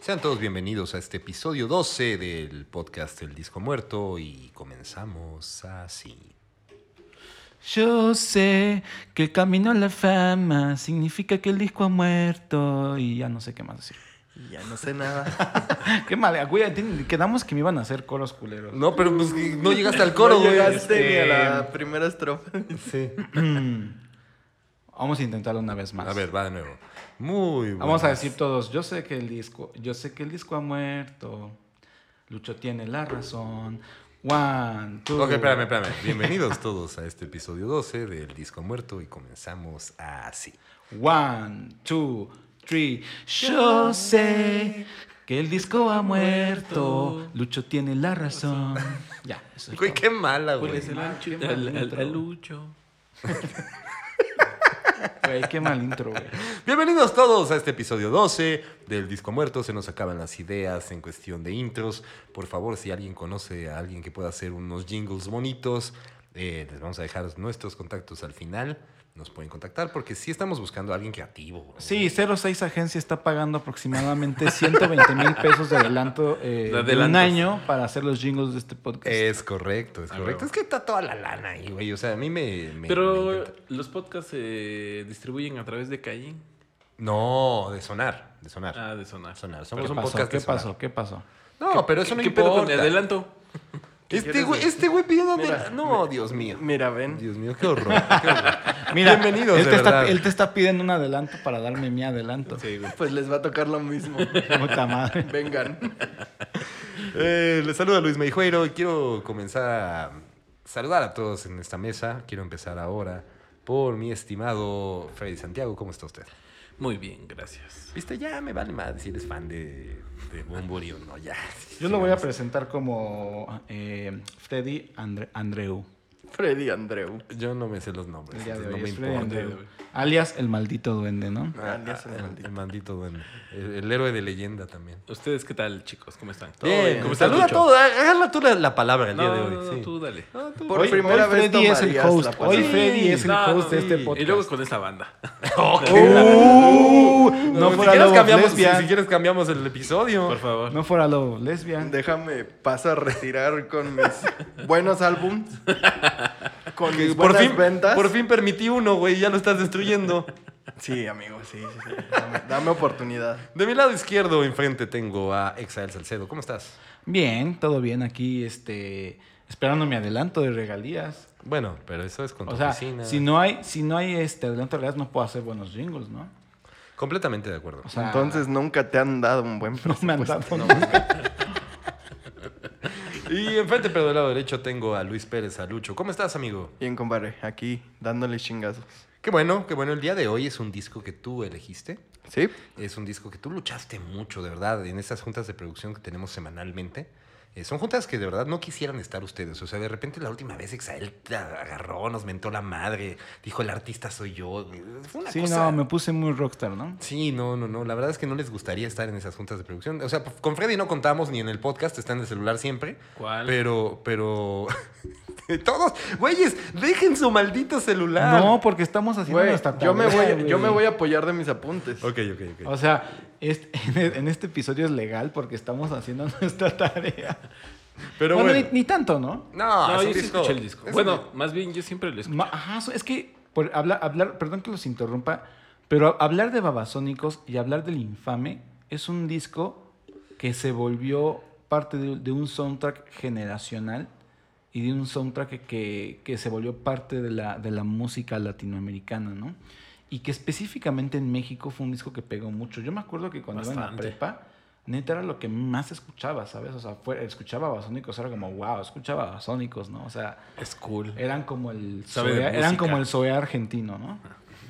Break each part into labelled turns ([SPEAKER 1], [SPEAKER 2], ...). [SPEAKER 1] Sean todos bienvenidos a este episodio 12 del podcast El Disco Muerto y comenzamos así.
[SPEAKER 2] Yo sé que el camino a la fama significa que el disco ha muerto y ya no sé qué más decir.
[SPEAKER 3] Y ya no sé nada.
[SPEAKER 2] Qué mal, güey, tienen- quedamos que me iban a hacer coros culeros.
[SPEAKER 1] No, pero pues, no llegaste al coro,
[SPEAKER 3] no
[SPEAKER 1] güey.
[SPEAKER 3] llegaste ni a
[SPEAKER 2] este-
[SPEAKER 3] la primera estrofa.
[SPEAKER 1] Sí.
[SPEAKER 2] Mm. Vamos a intentarlo una vez más.
[SPEAKER 1] A ver, va de nuevo. Muy bueno.
[SPEAKER 2] Vamos a decir todos, yo sé que el disco, yo sé que el disco ha muerto. Lucho tiene la razón. One, two.
[SPEAKER 1] Ok, espérame, espérame. Bienvenidos todos a este episodio 12 del Disco Muerto y comenzamos así.
[SPEAKER 2] One, two, three. Yo sé que el disco ha muerto. Lucho tiene la razón. Ya, eso es
[SPEAKER 1] Güey,
[SPEAKER 2] todo.
[SPEAKER 1] qué mala, güey.
[SPEAKER 3] Pues el ancho
[SPEAKER 2] qué mal
[SPEAKER 3] al- al-
[SPEAKER 2] intro.
[SPEAKER 3] al lucho.
[SPEAKER 2] Güey, qué mal intro, güey.
[SPEAKER 1] Bienvenidos todos a este episodio 12 del Disco Muerto. Se nos acaban las ideas en cuestión de intros. Por favor, si alguien conoce a alguien que pueda hacer unos jingles bonitos, eh, les vamos a dejar nuestros contactos al final. Nos pueden contactar porque sí estamos buscando a alguien creativo. güey.
[SPEAKER 2] Sí, 06 Agencia está pagando aproximadamente 120 mil pesos de adelanto eh,
[SPEAKER 3] De
[SPEAKER 2] de un
[SPEAKER 3] adelantos.
[SPEAKER 2] año para hacer los jingles de este podcast.
[SPEAKER 1] Es correcto, es
[SPEAKER 3] Ah,
[SPEAKER 1] correcto.
[SPEAKER 3] huevo.
[SPEAKER 1] Es que está toda la lana ahí, güey. O sea, a mí me... me- me
[SPEAKER 3] Pero
[SPEAKER 1] encanta.
[SPEAKER 3] los podcasts se distribuyen a través de calle.
[SPEAKER 1] No, de sonar, de sonar.
[SPEAKER 3] Ah, de sonar.
[SPEAKER 1] Sonar.
[SPEAKER 2] ¿Qué
[SPEAKER 1] Somos un
[SPEAKER 2] pasó?
[SPEAKER 1] podcast
[SPEAKER 2] ¿Qué
[SPEAKER 1] de sonar.
[SPEAKER 2] pasó? ¿Qué pasó?
[SPEAKER 1] No, pero eso no
[SPEAKER 3] ¿Qué pedo
[SPEAKER 1] importa.
[SPEAKER 3] con el adelanto?
[SPEAKER 1] Este
[SPEAKER 3] quieres
[SPEAKER 1] güey,
[SPEAKER 3] decir?
[SPEAKER 1] este güey pidiendo adel-
[SPEAKER 3] Mira,
[SPEAKER 1] No, Dios mío.
[SPEAKER 3] Mira, ven.
[SPEAKER 1] Dios mío, qué horror. qué horror.
[SPEAKER 2] Mira,
[SPEAKER 1] Bienvenidos,
[SPEAKER 2] él,
[SPEAKER 1] de
[SPEAKER 2] te está,
[SPEAKER 1] verdad.
[SPEAKER 2] él te está pidiendo un adelanto para darme mi adelanto.
[SPEAKER 3] Pues les va a tocar lo mismo.
[SPEAKER 2] Puta madre.
[SPEAKER 3] Vengan.
[SPEAKER 1] Eh, les saluda Luis Meijueiro y quiero comenzar a saludar a todos en esta mesa. Quiero empezar ahora por mi estimado Freddy Santiago. ¿Cómo está usted?
[SPEAKER 3] Muy bien, gracias.
[SPEAKER 1] Viste, ya me vale más si eres fan de, de Bunbury o no, ya.
[SPEAKER 2] Yo lo voy a
[SPEAKER 1] Sigamos.
[SPEAKER 2] presentar como eh, Freddy Andre- Andreu.
[SPEAKER 3] Freddy Andreu.
[SPEAKER 1] Yo no me sé los nombres,
[SPEAKER 2] El día de
[SPEAKER 1] entonces no
[SPEAKER 2] hoy
[SPEAKER 1] me
[SPEAKER 2] es Freddy
[SPEAKER 1] importa.
[SPEAKER 2] Andreu. Alias el maldito duende, ¿no?
[SPEAKER 1] Ah,
[SPEAKER 3] Alias el
[SPEAKER 1] ah, el,
[SPEAKER 3] maldito.
[SPEAKER 1] el maldito duende. El, el héroe de leyenda también.
[SPEAKER 4] ¿Ustedes qué tal, chicos? ¿Cómo están?
[SPEAKER 3] Todo bien.
[SPEAKER 1] ¿cómo
[SPEAKER 3] ¿Cómo
[SPEAKER 1] estás,
[SPEAKER 3] estás,
[SPEAKER 1] Saluda a
[SPEAKER 3] Lucho?
[SPEAKER 1] todos. Háganla tú la, la palabra el día de
[SPEAKER 4] No,
[SPEAKER 1] hoy.
[SPEAKER 4] no, no,
[SPEAKER 1] sí.
[SPEAKER 4] tú dale.
[SPEAKER 1] Ah, tú-
[SPEAKER 3] Por primera vez
[SPEAKER 2] Freddy es el
[SPEAKER 3] tomarías
[SPEAKER 2] host.
[SPEAKER 3] la
[SPEAKER 2] Hoy
[SPEAKER 3] palabra.
[SPEAKER 2] Freddy es el
[SPEAKER 4] No, no,
[SPEAKER 2] host de
[SPEAKER 4] sí.
[SPEAKER 2] este podcast.
[SPEAKER 4] Y luego con esa banda.
[SPEAKER 2] Uh,
[SPEAKER 1] No,
[SPEAKER 2] no,
[SPEAKER 1] si
[SPEAKER 2] fuera
[SPEAKER 1] quieres
[SPEAKER 2] Lobo
[SPEAKER 1] cambiamos, pues, si,
[SPEAKER 2] Lesbia.
[SPEAKER 1] si quieres cambiamos el episodio.
[SPEAKER 4] Por favor.
[SPEAKER 2] No fuera Lobo Lesbia.
[SPEAKER 3] Déjame paso a retirar con mis buenos álbums. Con mis
[SPEAKER 1] por
[SPEAKER 3] buenas
[SPEAKER 1] fin,
[SPEAKER 3] ventas.
[SPEAKER 1] por fin permití uno, güey, ya lo estás destruyendo.
[SPEAKER 3] Sí, amigo, sí, sí, sí. Dame, dame oportunidad.
[SPEAKER 1] De mi lado izquierdo, enfrente tengo a Exael Salcedo. ¿Cómo estás?
[SPEAKER 2] Bien, todo bien aquí, este, esperando mi adelanto de regalías.
[SPEAKER 1] Bueno, pero eso es con tu
[SPEAKER 2] O sea,
[SPEAKER 1] oficina.
[SPEAKER 2] si no hay, si no hay este adelanto de regalías, no puedo hacer buenos jingles, ¿no?
[SPEAKER 1] Completamente de acuerdo.
[SPEAKER 2] O sea,
[SPEAKER 3] Entonces nunca te han dado un buen
[SPEAKER 2] no me han
[SPEAKER 3] presupuesto.
[SPEAKER 2] dado
[SPEAKER 3] No.
[SPEAKER 2] nunca.
[SPEAKER 1] Y enfrente, pero del lado derecho, tengo a Luis Pérez, a Lucho. ¿Cómo estás, amigo?
[SPEAKER 3] Bien, compadre, aquí dándole chingazos.
[SPEAKER 1] Qué bueno, qué bueno. El día de hoy es un disco que tú elegiste.
[SPEAKER 3] ¿Sí?
[SPEAKER 1] Es un disco que tú luchaste mucho, de verdad, en esas juntas de producción que tenemos semanalmente. Eh, son juntas que de verdad no quisieran estar ustedes. O sea, de repente la última vez Exael te agarró, nos mentó la madre, dijo el artista soy yo. Fue una
[SPEAKER 2] Sí,
[SPEAKER 1] cosa-
[SPEAKER 2] no, me puse muy rockstar, ¿no?
[SPEAKER 1] Sí, no, no, no. La verdad es que no les gustaría estar en esas juntas de producción. O sea, pues, con Freddy no contamos ni en el podcast, está en el celular siempre.
[SPEAKER 4] ¿Cuál?
[SPEAKER 1] Pero, pero. Todos, güeyes, dejen su maldito celular.
[SPEAKER 2] No, pues, porque estamos haciendo
[SPEAKER 3] Güey,
[SPEAKER 2] nuestra
[SPEAKER 3] yo, me
[SPEAKER 2] tarea,
[SPEAKER 3] voy, yo me
[SPEAKER 2] güey.
[SPEAKER 3] voy a apoyar de mis apuntes.
[SPEAKER 1] Ok, ok, ok.
[SPEAKER 2] O sea, este- en este episodio es legal porque estamos haciendo nuestra tarea.
[SPEAKER 1] Pero
[SPEAKER 2] bueno,
[SPEAKER 1] bueno.
[SPEAKER 2] Ni, ni tanto, ¿no?
[SPEAKER 1] No, es
[SPEAKER 4] no,
[SPEAKER 1] un
[SPEAKER 4] yo sí
[SPEAKER 1] disco-
[SPEAKER 4] escuché el disco.
[SPEAKER 1] es un
[SPEAKER 4] Bueno, más bien yo siempre lo escucho.
[SPEAKER 2] Ma- Ajá, so- es que por hablar, hablar, perdón que los interrumpa, pero ha- hablar de Babasónicos y hablar del Infame es un disco que se volvió parte de, de un soundtrack generacional y de un soundtrack que, que se volvió parte de la, de la música latinoamericana, ¿no? Y que específicamente en México fue un disco que pegó mucho. Yo me acuerdo que cuando iba en la
[SPEAKER 4] Bastante.
[SPEAKER 2] prepa, neta era lo que más escuchaba, ¿sabes? O sea, fue, escuchaba Babasónicos, era como, wow, escuchaba Babasónicos, ¿no? O sea,
[SPEAKER 4] Es cool.
[SPEAKER 2] eran como el
[SPEAKER 4] Sabe
[SPEAKER 2] Zoe-
[SPEAKER 4] de
[SPEAKER 2] eran
[SPEAKER 4] música. Ah,
[SPEAKER 2] como el Zoe argentino, ¿no?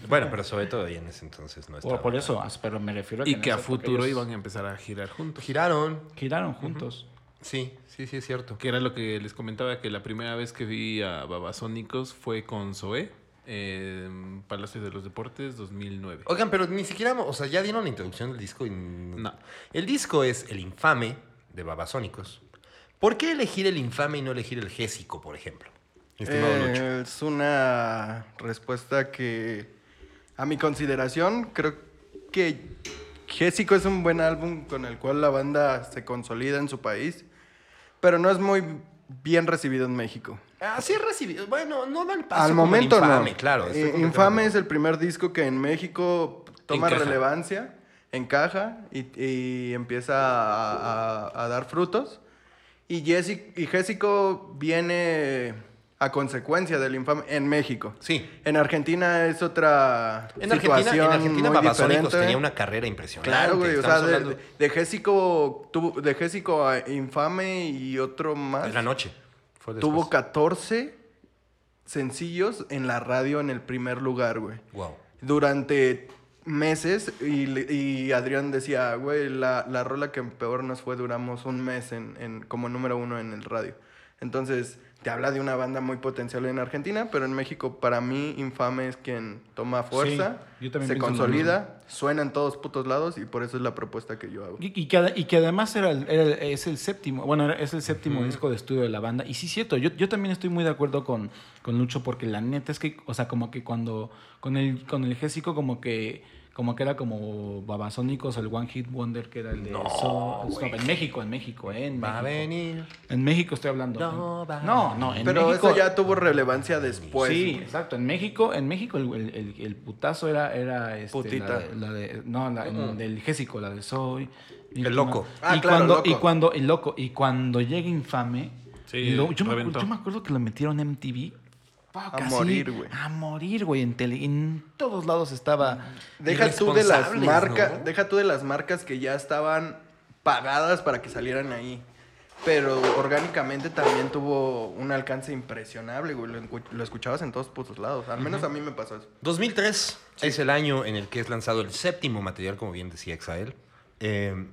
[SPEAKER 1] Bueno, pero sobre todo ahí en ese entonces no estaba.
[SPEAKER 2] Por, por eso, as- pero me refiero a
[SPEAKER 4] Y
[SPEAKER 2] en
[SPEAKER 4] que a
[SPEAKER 2] esa época
[SPEAKER 4] futuro
[SPEAKER 2] ellos
[SPEAKER 4] iban a empezar a girar juntos.
[SPEAKER 1] Giraron.
[SPEAKER 2] giraron juntos.
[SPEAKER 1] Sí, sí, sí, es cierto.
[SPEAKER 4] Que era lo que les comentaba, que la primera vez que vi a Babasónicos fue con Zoé, eh, en Palacio de los Deportes 2009.
[SPEAKER 1] Oigan, pero ni siquiera, o sea, ya dieron la introducción del disco. Y... No.
[SPEAKER 4] No.
[SPEAKER 1] El disco es El Infame de Babasónicos. ¿Por qué elegir el infame y no elegir el Gésico, por ejemplo? Estimado
[SPEAKER 3] Eh,
[SPEAKER 1] Lucho.
[SPEAKER 3] es una respuesta que, a mi consideración, creo que Jessico es un buen álbum con el cual la banda se consolida en su país, pero no es muy bien recibido en México.
[SPEAKER 1] Así Ah, he recibido. Bueno, no dan paso.
[SPEAKER 3] Al momento
[SPEAKER 1] infame,
[SPEAKER 3] no.
[SPEAKER 1] Claro.
[SPEAKER 3] Eh,
[SPEAKER 1] estoy completamente-
[SPEAKER 3] infame es el primer disco que en México toma
[SPEAKER 4] Encaja.
[SPEAKER 3] relevancia, encaja y, y empieza a, a- a dar frutos. Y, Jessico y Jessico viene a consecuencia del infame en México.
[SPEAKER 1] Sí.
[SPEAKER 3] En Argentina es otra
[SPEAKER 1] En Argentina,
[SPEAKER 3] situación
[SPEAKER 1] en Argentina
[SPEAKER 3] muy
[SPEAKER 1] Babasónicos
[SPEAKER 3] diferente.
[SPEAKER 1] tenía una carrera impresionante.
[SPEAKER 3] Claro, güey. O
[SPEAKER 1] Estamos
[SPEAKER 3] sea, de,
[SPEAKER 1] hablando
[SPEAKER 3] de Jessico tuvo, de Jessico a Infame y otro más.
[SPEAKER 1] de la noche. Fue después.
[SPEAKER 3] tuvo 14 sencillos en la radio en el primer lugar, güey.
[SPEAKER 1] Wow.
[SPEAKER 3] Durante meses y, le- y Adrián decía, güey, la, la rola que peor nos fue duramos un mes en, en- como número uno en el radio. Entonces, te habla de una banda muy potencial en Argentina, pero en México para mí Infame es quien toma fuerza,
[SPEAKER 2] yo también pienso
[SPEAKER 3] se
[SPEAKER 2] lo
[SPEAKER 3] consolida, suena en todos putos lados y por eso es la propuesta que yo hago.
[SPEAKER 2] Y, y que, ad- y que además era el- era el- es el séptimo, bueno, era- es el séptimo disco de estudio de la banda. Y sí, cierto, yo, yo también estoy muy de acuerdo con, con Lucho, porque la neta es que, o sea, como que cuando, con el, con el Gésico, como que, como que era como Babasónicos, el One Hit Wonder, que era el de
[SPEAKER 1] No,
[SPEAKER 2] So- Stop, en México, en México, eh, en
[SPEAKER 1] Va a
[SPEAKER 2] México.
[SPEAKER 1] venir.
[SPEAKER 2] En México estoy hablando.
[SPEAKER 1] No,
[SPEAKER 2] En-
[SPEAKER 1] va-
[SPEAKER 2] no, no, en
[SPEAKER 3] Pero
[SPEAKER 2] México.
[SPEAKER 3] eso ya tuvo relevancia después.
[SPEAKER 2] sí,
[SPEAKER 3] güey.
[SPEAKER 2] exacto. En México, en México el, el- el- el putazo era, era este,
[SPEAKER 3] Putita.
[SPEAKER 2] La, de, la de- no, la, en- del Gésico, la de Soy.
[SPEAKER 1] El loco.
[SPEAKER 3] Ah,
[SPEAKER 2] y
[SPEAKER 3] claro,
[SPEAKER 2] cuando,
[SPEAKER 3] loco.
[SPEAKER 2] Y cuando, el loco. Y cuando llega Infame,
[SPEAKER 4] Sí,
[SPEAKER 2] lo- yo, me, acu-
[SPEAKER 4] reventó.
[SPEAKER 2] yo me acuerdo que lo metieron en MTV. fuck,
[SPEAKER 3] A morir, güey.
[SPEAKER 2] A morir, güey. En, tele- en todos lados estaba.
[SPEAKER 3] Deja tú de las
[SPEAKER 1] Irresponsables,
[SPEAKER 3] marcas,
[SPEAKER 1] ¿no?
[SPEAKER 3] deja tú de las marcas que ya estaban pagadas para que salieran ahí. Pero orgánicamente también tuvo un alcance impresionable, güey. Lo, encu- lo escuchabas en todos putos lados. Al menos a mí me pasó eso.
[SPEAKER 1] 2003 es el año en el que es lanzado el séptimo material, como bien decía Exael. Eh,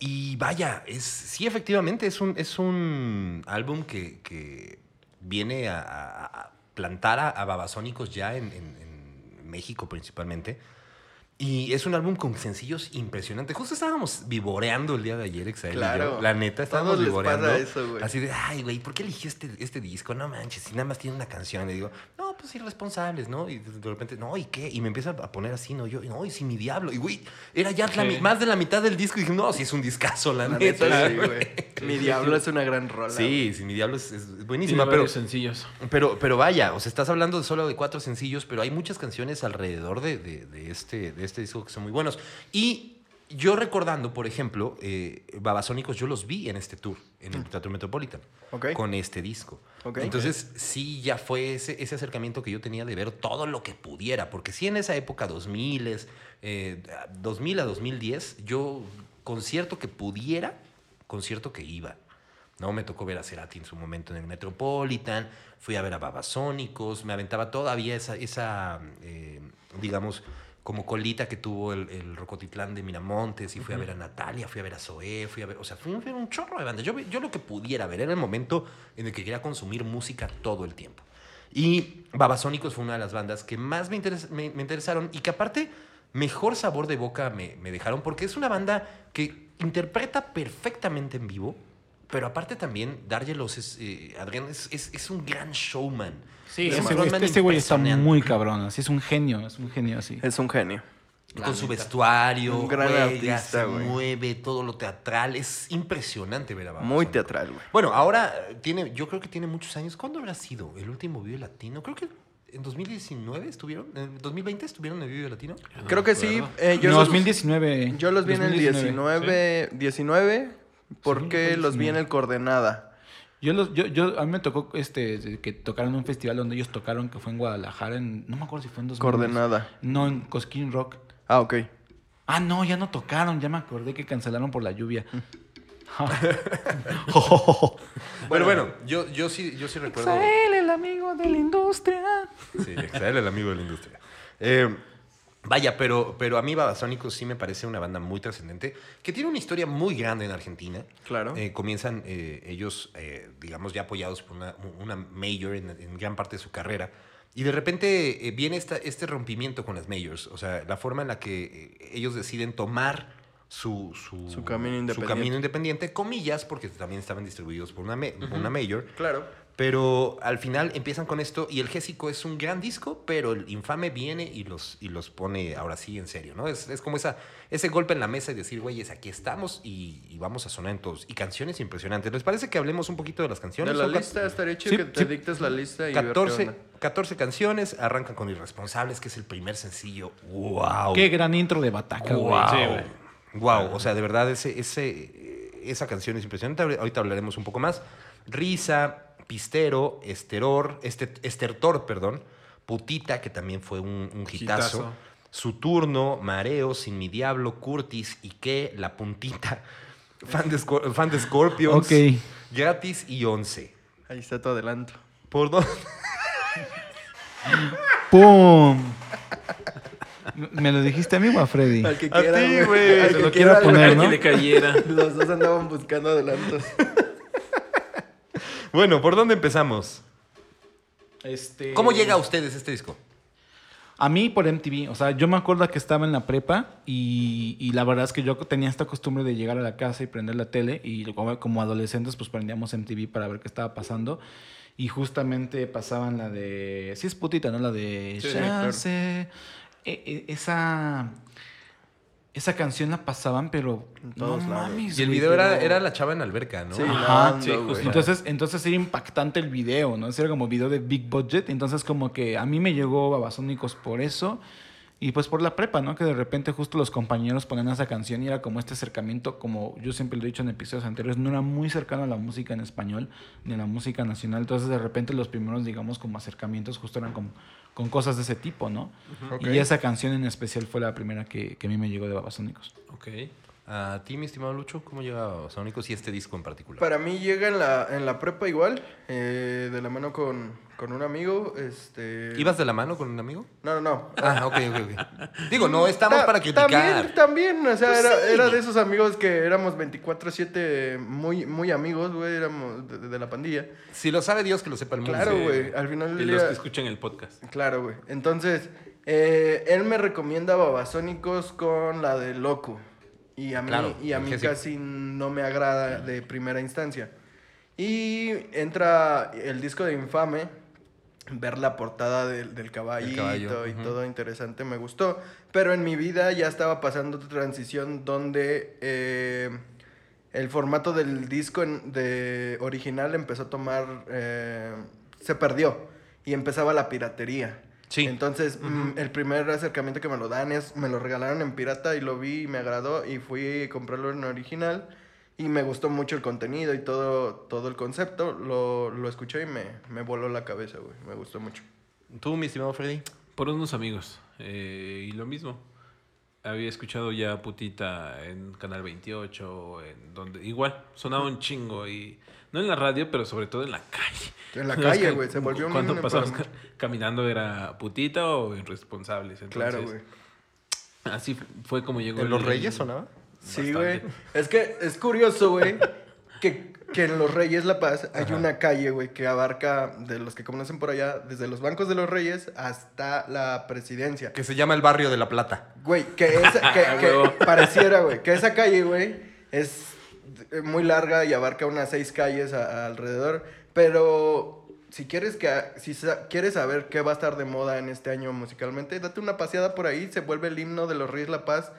[SPEAKER 1] y vaya, es, sí, efectivamente, es un, es un álbum que, que viene a, a- a plantar a, a babasónicos ya en, en- en México principalmente. Y es un álbum con sencillos impresionantes. Justo estábamos vivoreando el día de ayer, Exael. y yo.
[SPEAKER 3] Claro.
[SPEAKER 1] La neta, estábamos
[SPEAKER 3] Todos les
[SPEAKER 1] vivoreando.
[SPEAKER 3] pasa eso, güey.
[SPEAKER 1] Así de, ay, güey, ¿por qué eligió este, este disco? No manches, si nada más tiene una canción. Le digo, no, pues irresponsables, ¿no? Y de repente, no, ¿y qué? Y me empieza a poner así, ¿no? Yo, no, y si mi diablo. Y, güey, era ya la
[SPEAKER 4] Sí.
[SPEAKER 1] mi- más de la mitad del disco. Y dije, no, si es un discazo, la,
[SPEAKER 3] La
[SPEAKER 1] neta.
[SPEAKER 3] neta, sí,
[SPEAKER 1] güey.
[SPEAKER 3] güey. Mi diablo es una gran rola. güey.
[SPEAKER 1] Sí, si mi diablo es, es
[SPEAKER 4] Tiene
[SPEAKER 1] buenísima, pero,
[SPEAKER 4] varios sencillos.
[SPEAKER 1] pero, pero vaya, o sea, estás hablando de solo de cuatro sencillos, pero hay muchas canciones alrededor de, de- de este, de este disco que son muy buenos. Y yo recordando, por ejemplo, eh, Babasónicos, yo los vi en este tour, en el Teatro Metropolitan,
[SPEAKER 3] Mm. Ok.
[SPEAKER 1] con este disco.
[SPEAKER 3] Ok.
[SPEAKER 1] Entonces, sí, ya fue ese, ese acercamiento que yo tenía de ver todo lo que pudiera, porque sí, en esa época, 2000, eh, 2000 a 2010, yo concierto que pudiera, concierto que iba. No, me tocó ver a Cerati en su momento en el Metropolitan, fui a ver a Babasónicos, me aventaba todavía esa, esa eh, digamos, como colita que tuvo el, el Rocotitlán de Miramontes, y fui a ver a Natalia, fui a ver a Zoé, fui a ver, o sea, fui a ver un chorro de bandas. Yo, ve- yo lo que pudiera ver era el momento en el que quería consumir música todo el tiempo. Y Babasónicos fue una de las bandas que más me, interes- me- me interesaron y que aparte mejor sabor de boca me, me dejaron porque es una banda que interpreta perfectamente en vivo, pero aparte también Dargelos es, eh, Adrián es, es- es un gran showman.
[SPEAKER 4] Sí,
[SPEAKER 1] Es
[SPEAKER 2] Ese
[SPEAKER 1] un
[SPEAKER 4] además.
[SPEAKER 2] güey-
[SPEAKER 1] frontman
[SPEAKER 2] este- este güey está
[SPEAKER 1] impresionante.
[SPEAKER 2] muy cabrón. Así es un genio, es un genio así.
[SPEAKER 3] Es un genio.
[SPEAKER 1] Con su vestuario,
[SPEAKER 3] Un gran
[SPEAKER 1] juega,
[SPEAKER 3] artista,
[SPEAKER 1] se
[SPEAKER 3] güey.
[SPEAKER 1] mueve, todo lo teatral. Es impresionante ver a Babasónicos.
[SPEAKER 3] Muy teatral, güey.
[SPEAKER 1] Bueno, ahora eh, tiene, yo creo que tiene muchos años. ¿Cuándo habrá sido el último Vive Latino? Creo que en 2019 estuvieron, en 2020 estuvieron en el Vive Latino.
[SPEAKER 4] Ya no
[SPEAKER 3] Creo
[SPEAKER 4] me
[SPEAKER 3] que sí.
[SPEAKER 4] acuerdo.
[SPEAKER 3] eh, yo,
[SPEAKER 2] no,
[SPEAKER 3] los,
[SPEAKER 2] 2019.
[SPEAKER 3] yo los vi en el
[SPEAKER 2] 2019.
[SPEAKER 3] 19, 19 porque
[SPEAKER 2] fue
[SPEAKER 3] los vi en
[SPEAKER 2] 19.
[SPEAKER 3] el Coordenada.
[SPEAKER 2] Yo, los, yo, yo, a mí me tocó este, que tocaron en un festival donde ellos tocaron, que fue en Guadalajara, en- no me acuerdo si fue en 2000.
[SPEAKER 3] Coordenada.
[SPEAKER 2] No, en Cosquín Rock.
[SPEAKER 3] Ah, ok.
[SPEAKER 2] Ah, no, ya no tocaron, ya me acordé que cancelaron por la lluvia. Oh.
[SPEAKER 1] Bueno, bueno, yo, yo sí, yo sí recuerdo.
[SPEAKER 2] el amigo de la industria.
[SPEAKER 1] Sí, Exael, el amigo de la industria. Eh, vaya, pero, pero a mí Babasónicos sí me parece una banda muy trascendente, que tiene una historia muy grande en Argentina.
[SPEAKER 3] Claro.
[SPEAKER 1] Eh, comienzan eh, ellos, eh, digamos, ya apoyados por una, una mayor en, en gran parte de su carrera. Y de repente eh, viene esta, este rompimiento con las majors, o sea, la forma en la que eh, ellos deciden tomar su, su,
[SPEAKER 3] Su camino
[SPEAKER 1] su
[SPEAKER 3] independiente.
[SPEAKER 1] camino independiente, comillas, porque también estaban distribuidos por una, me- por una major.
[SPEAKER 3] Claro.
[SPEAKER 1] Pero al final empiezan con esto y el Gésico es un gran disco, pero el infame viene y los, y los pone ahora sí en serio, ¿no? Es, es como esa, ese golpe en la mesa y decir, güeyes, aquí estamos y, y vamos a sonar en todos. Y canciones impresionantes. ¿Les parece que hablemos un poquito de las
[SPEAKER 3] De
[SPEAKER 1] canciones?
[SPEAKER 3] la
[SPEAKER 1] Son ca-
[SPEAKER 3] lista estaría chido
[SPEAKER 2] Sí,
[SPEAKER 3] que te
[SPEAKER 2] sí.
[SPEAKER 3] dictes la lista y ver qué
[SPEAKER 1] 14,
[SPEAKER 3] onda.
[SPEAKER 1] 14 canciones, arrancan con Irresponsables, que es el primer sencillo. ¡Wow!
[SPEAKER 2] Ah, Qué gran intro de Bataca, güey.
[SPEAKER 1] Wow.
[SPEAKER 4] Sí, güey.
[SPEAKER 1] Wow, o sea, de verdad, ese, ese, esa canción es impresionante. Ahori- Ahorita hablaremos un poco más. Risa, Pistero, Esteror, este, Estertor, perdón, Putita, que también fue un, un hitazo.
[SPEAKER 4] Hitazo.
[SPEAKER 1] Su turno, Mareo, Sin mi Diablo, Curtis, Ike, La Puntita, Fan de, Scor- fan de Scorpions,
[SPEAKER 2] Ok.
[SPEAKER 1] Gratis y Once.
[SPEAKER 3] Ahí está tu adelanto.
[SPEAKER 1] ¿Por dónde?
[SPEAKER 2] ¡Pum! ¿Me lo dijiste a mí o a Freddy?
[SPEAKER 3] Al que
[SPEAKER 1] A
[SPEAKER 3] quiera,
[SPEAKER 1] ti,
[SPEAKER 3] güey.
[SPEAKER 1] güey.
[SPEAKER 3] Al
[SPEAKER 2] Se
[SPEAKER 3] que
[SPEAKER 2] lo quiera
[SPEAKER 3] quiera,
[SPEAKER 2] poner,
[SPEAKER 4] Al
[SPEAKER 2] ¿no?
[SPEAKER 4] que le cayera.
[SPEAKER 3] güey. Los dos andaban buscando adelantos.
[SPEAKER 1] Bueno, ¿por dónde empezamos?
[SPEAKER 2] Este...
[SPEAKER 1] ¿Cómo llega a ustedes este disco?
[SPEAKER 2] A mí por MTV. O sea, yo me acuerdo que estaba en la prepa y, y la verdad es que yo tenía esta costumbre de llegar a la casa y prender la tele y como, como adolescentes pues prendíamos MTV para ver qué estaba pasando. Y justamente pasaban la de... Sí es putita, ¿no? La de...
[SPEAKER 3] Sí, sí, claro.
[SPEAKER 2] Chance. E- e- esa... Esa canción la pasaban, pero...
[SPEAKER 3] En todos
[SPEAKER 2] no
[SPEAKER 3] lados.
[SPEAKER 2] mames,
[SPEAKER 1] Y el
[SPEAKER 2] güey,
[SPEAKER 1] video era,
[SPEAKER 2] pero-
[SPEAKER 1] era la chava en la alberca, ¿no?
[SPEAKER 3] Sí,
[SPEAKER 2] Ajá,
[SPEAKER 3] nadando,
[SPEAKER 4] sí, justo.
[SPEAKER 3] güey.
[SPEAKER 2] Pues entonces, entonces era impactante el video, ¿no? Ese Era como video de big budget. Entonces, como que a mí me llegó Babasónicos por eso. Y pues por la prepa, ¿no? Que de repente justo los compañeros ponían esa canción y era como este acercamiento, como yo siempre lo he dicho en episodios anteriores, no era muy cercano a la música en español ni a la música nacional. Entonces, de repente los primeros, digamos, como acercamientos justo eran como con cosas de ese tipo, ¿no?
[SPEAKER 3] Ok.
[SPEAKER 2] Y esa canción en especial fue la primera que, que a mí me llegó de Babasónicos.
[SPEAKER 4] Ok.
[SPEAKER 1] A ti, mi estimado Lucho, ¿cómo llega Sónicos y este disco en particular?
[SPEAKER 3] Para mí llega en la, en la prepa igual, eh, de la mano con, con un amigo. Este...
[SPEAKER 1] ¿Ibas de la mano con un amigo?
[SPEAKER 3] No, no, no.
[SPEAKER 1] Ah, ok, ok, ok. Digo, no, estamos
[SPEAKER 3] Mm, Ta-
[SPEAKER 1] para criticar. Pues
[SPEAKER 3] También, también, o sea, era,
[SPEAKER 1] sí.
[SPEAKER 3] era de esos amigos que éramos 24-7 muy, muy amigos, güey, éramos de, de la pandilla.
[SPEAKER 1] Si lo sabe Dios, que lo sepa el mundo.
[SPEAKER 3] Claro,
[SPEAKER 1] Sí.
[SPEAKER 3] güey, al final
[SPEAKER 4] Y
[SPEAKER 3] del
[SPEAKER 4] los
[SPEAKER 3] día-
[SPEAKER 4] que escuchan el podcast.
[SPEAKER 3] Claro, güey. Entonces, eh, él me recomienda Babasónicos con la de Loco. Y a mí,
[SPEAKER 1] Claro,
[SPEAKER 3] y a mí
[SPEAKER 1] que sí.
[SPEAKER 3] casi no me agrada de primera instancia. Y entra el disco de Infame, ver la portada del, del caballito
[SPEAKER 1] caballo,
[SPEAKER 3] y
[SPEAKER 1] ujú.
[SPEAKER 3] todo interesante me gustó. Pero en mi vida ya estaba pasando otra transición donde eh, el formato del disco en- de original empezó a tomar... eh, se perdió y empezaba la piratería.
[SPEAKER 1] Sí.
[SPEAKER 3] Entonces, mm, el primer acercamiento que me lo dan es, me lo regalaron en pirata y lo vi y me agradó y fui a comprarlo en original y me gustó mucho el contenido y todo, todo el concepto. Lo, lo escuché y me, me voló la cabeza, güey. Me gustó mucho.
[SPEAKER 1] ¿Tú, mi estimado Freddy?
[SPEAKER 4] Por unos amigos. eh, y lo mismo. Había escuchado ya Putita en Canal 28, o en donde igual sonaba un chingo y no en la radio, pero sobre todo en la calle.
[SPEAKER 3] En la
[SPEAKER 4] Los
[SPEAKER 3] calle,
[SPEAKER 4] que-
[SPEAKER 3] güey. Se volvió un
[SPEAKER 4] Cuando
[SPEAKER 3] meme
[SPEAKER 4] pasabas
[SPEAKER 3] para mí.
[SPEAKER 4] ca- caminando era Putita o Irresponsables. Entonces,
[SPEAKER 3] Claro, güey.
[SPEAKER 4] Así fue como llegó.
[SPEAKER 1] ¿En Los
[SPEAKER 4] el-
[SPEAKER 1] Reyes sonaba?
[SPEAKER 3] Sí,
[SPEAKER 4] Bastante.
[SPEAKER 3] güey. Es que es curioso, güey, que, que en Los Reyes La Paz hay una calle, güey, que abarca, de los que conocen por allá, desde los bancos de Los Reyes hasta la presidencia.
[SPEAKER 1] Que se llama El Barrio de la Plata.
[SPEAKER 3] Güey, que esa, que, que
[SPEAKER 4] Huevo.
[SPEAKER 3] pareciera, güey, que esa calle, güey, es eh, muy larga y abarca unas seis calles a- alrededor, pero si quieres que a- si sa- quieres saber qué va a estar de moda en este año musicalmente, date una paseada por ahí, se vuelve el himno de los Reyes La Paz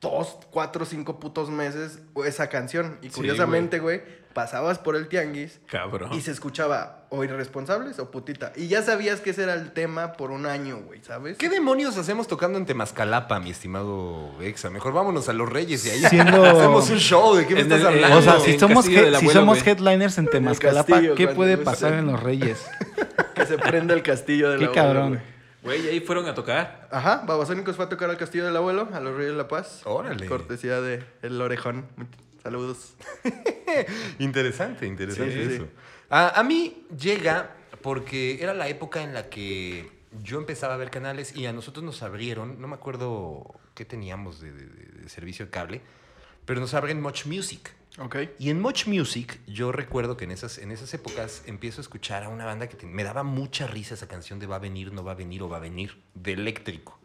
[SPEAKER 3] dos, cuatro, cinco putos meses o esa canción. Y
[SPEAKER 4] Sí,
[SPEAKER 3] curiosamente, güey, pasabas por el tianguis
[SPEAKER 4] Cabrón.
[SPEAKER 3] y se escuchaba o irresponsables o putita. Y ya sabías que ese era el tema por un año, güey, ¿sabes?
[SPEAKER 1] ¿Qué demonios hacemos tocando en Temazcalapa, mi estimado Exa? Mejor vámonos a Los Reyes y ahí
[SPEAKER 2] Siendo-
[SPEAKER 1] hacemos un show. ¿De qué me
[SPEAKER 4] En
[SPEAKER 1] estás
[SPEAKER 4] el- en-
[SPEAKER 1] hablando?
[SPEAKER 2] eh, O sea,
[SPEAKER 4] en
[SPEAKER 2] si somos,
[SPEAKER 4] Castillo
[SPEAKER 2] he-
[SPEAKER 4] del
[SPEAKER 2] si
[SPEAKER 4] Abuelo,
[SPEAKER 2] somos
[SPEAKER 4] güey.
[SPEAKER 2] headliners en Temascalapa,
[SPEAKER 3] castillo,
[SPEAKER 2] ¿qué
[SPEAKER 3] cuando
[SPEAKER 2] puede
[SPEAKER 3] gusten.
[SPEAKER 2] pasar en Los Reyes?
[SPEAKER 3] Que se prenda el castillo del
[SPEAKER 2] Qué
[SPEAKER 3] abuelo,
[SPEAKER 2] cabrón.
[SPEAKER 3] güey.
[SPEAKER 4] Güey, ahí fueron a tocar.
[SPEAKER 3] Ajá, Babasónicos fue a tocar al castillo del abuelo, a los Reyes de la Paz.
[SPEAKER 1] Órale.
[SPEAKER 3] Cortesía de El Orejón. Saludos.
[SPEAKER 1] Interesante, interesante
[SPEAKER 3] Sí, sí,
[SPEAKER 1] eso.
[SPEAKER 3] sí.
[SPEAKER 1] A, a mí llega porque era la época en la que yo empezaba a ver canales y a nosotros nos abrieron, no me acuerdo qué teníamos de, de- de- de servicio de cable, pero nos abren Much Music.
[SPEAKER 3] Ok.
[SPEAKER 1] Y en Much Music, yo recuerdo que en esas, en esas épocas empiezo a escuchar a una banda que te- me daba mucha risa esa canción de va a venir, no va a venir o va a venir, de eléctrico.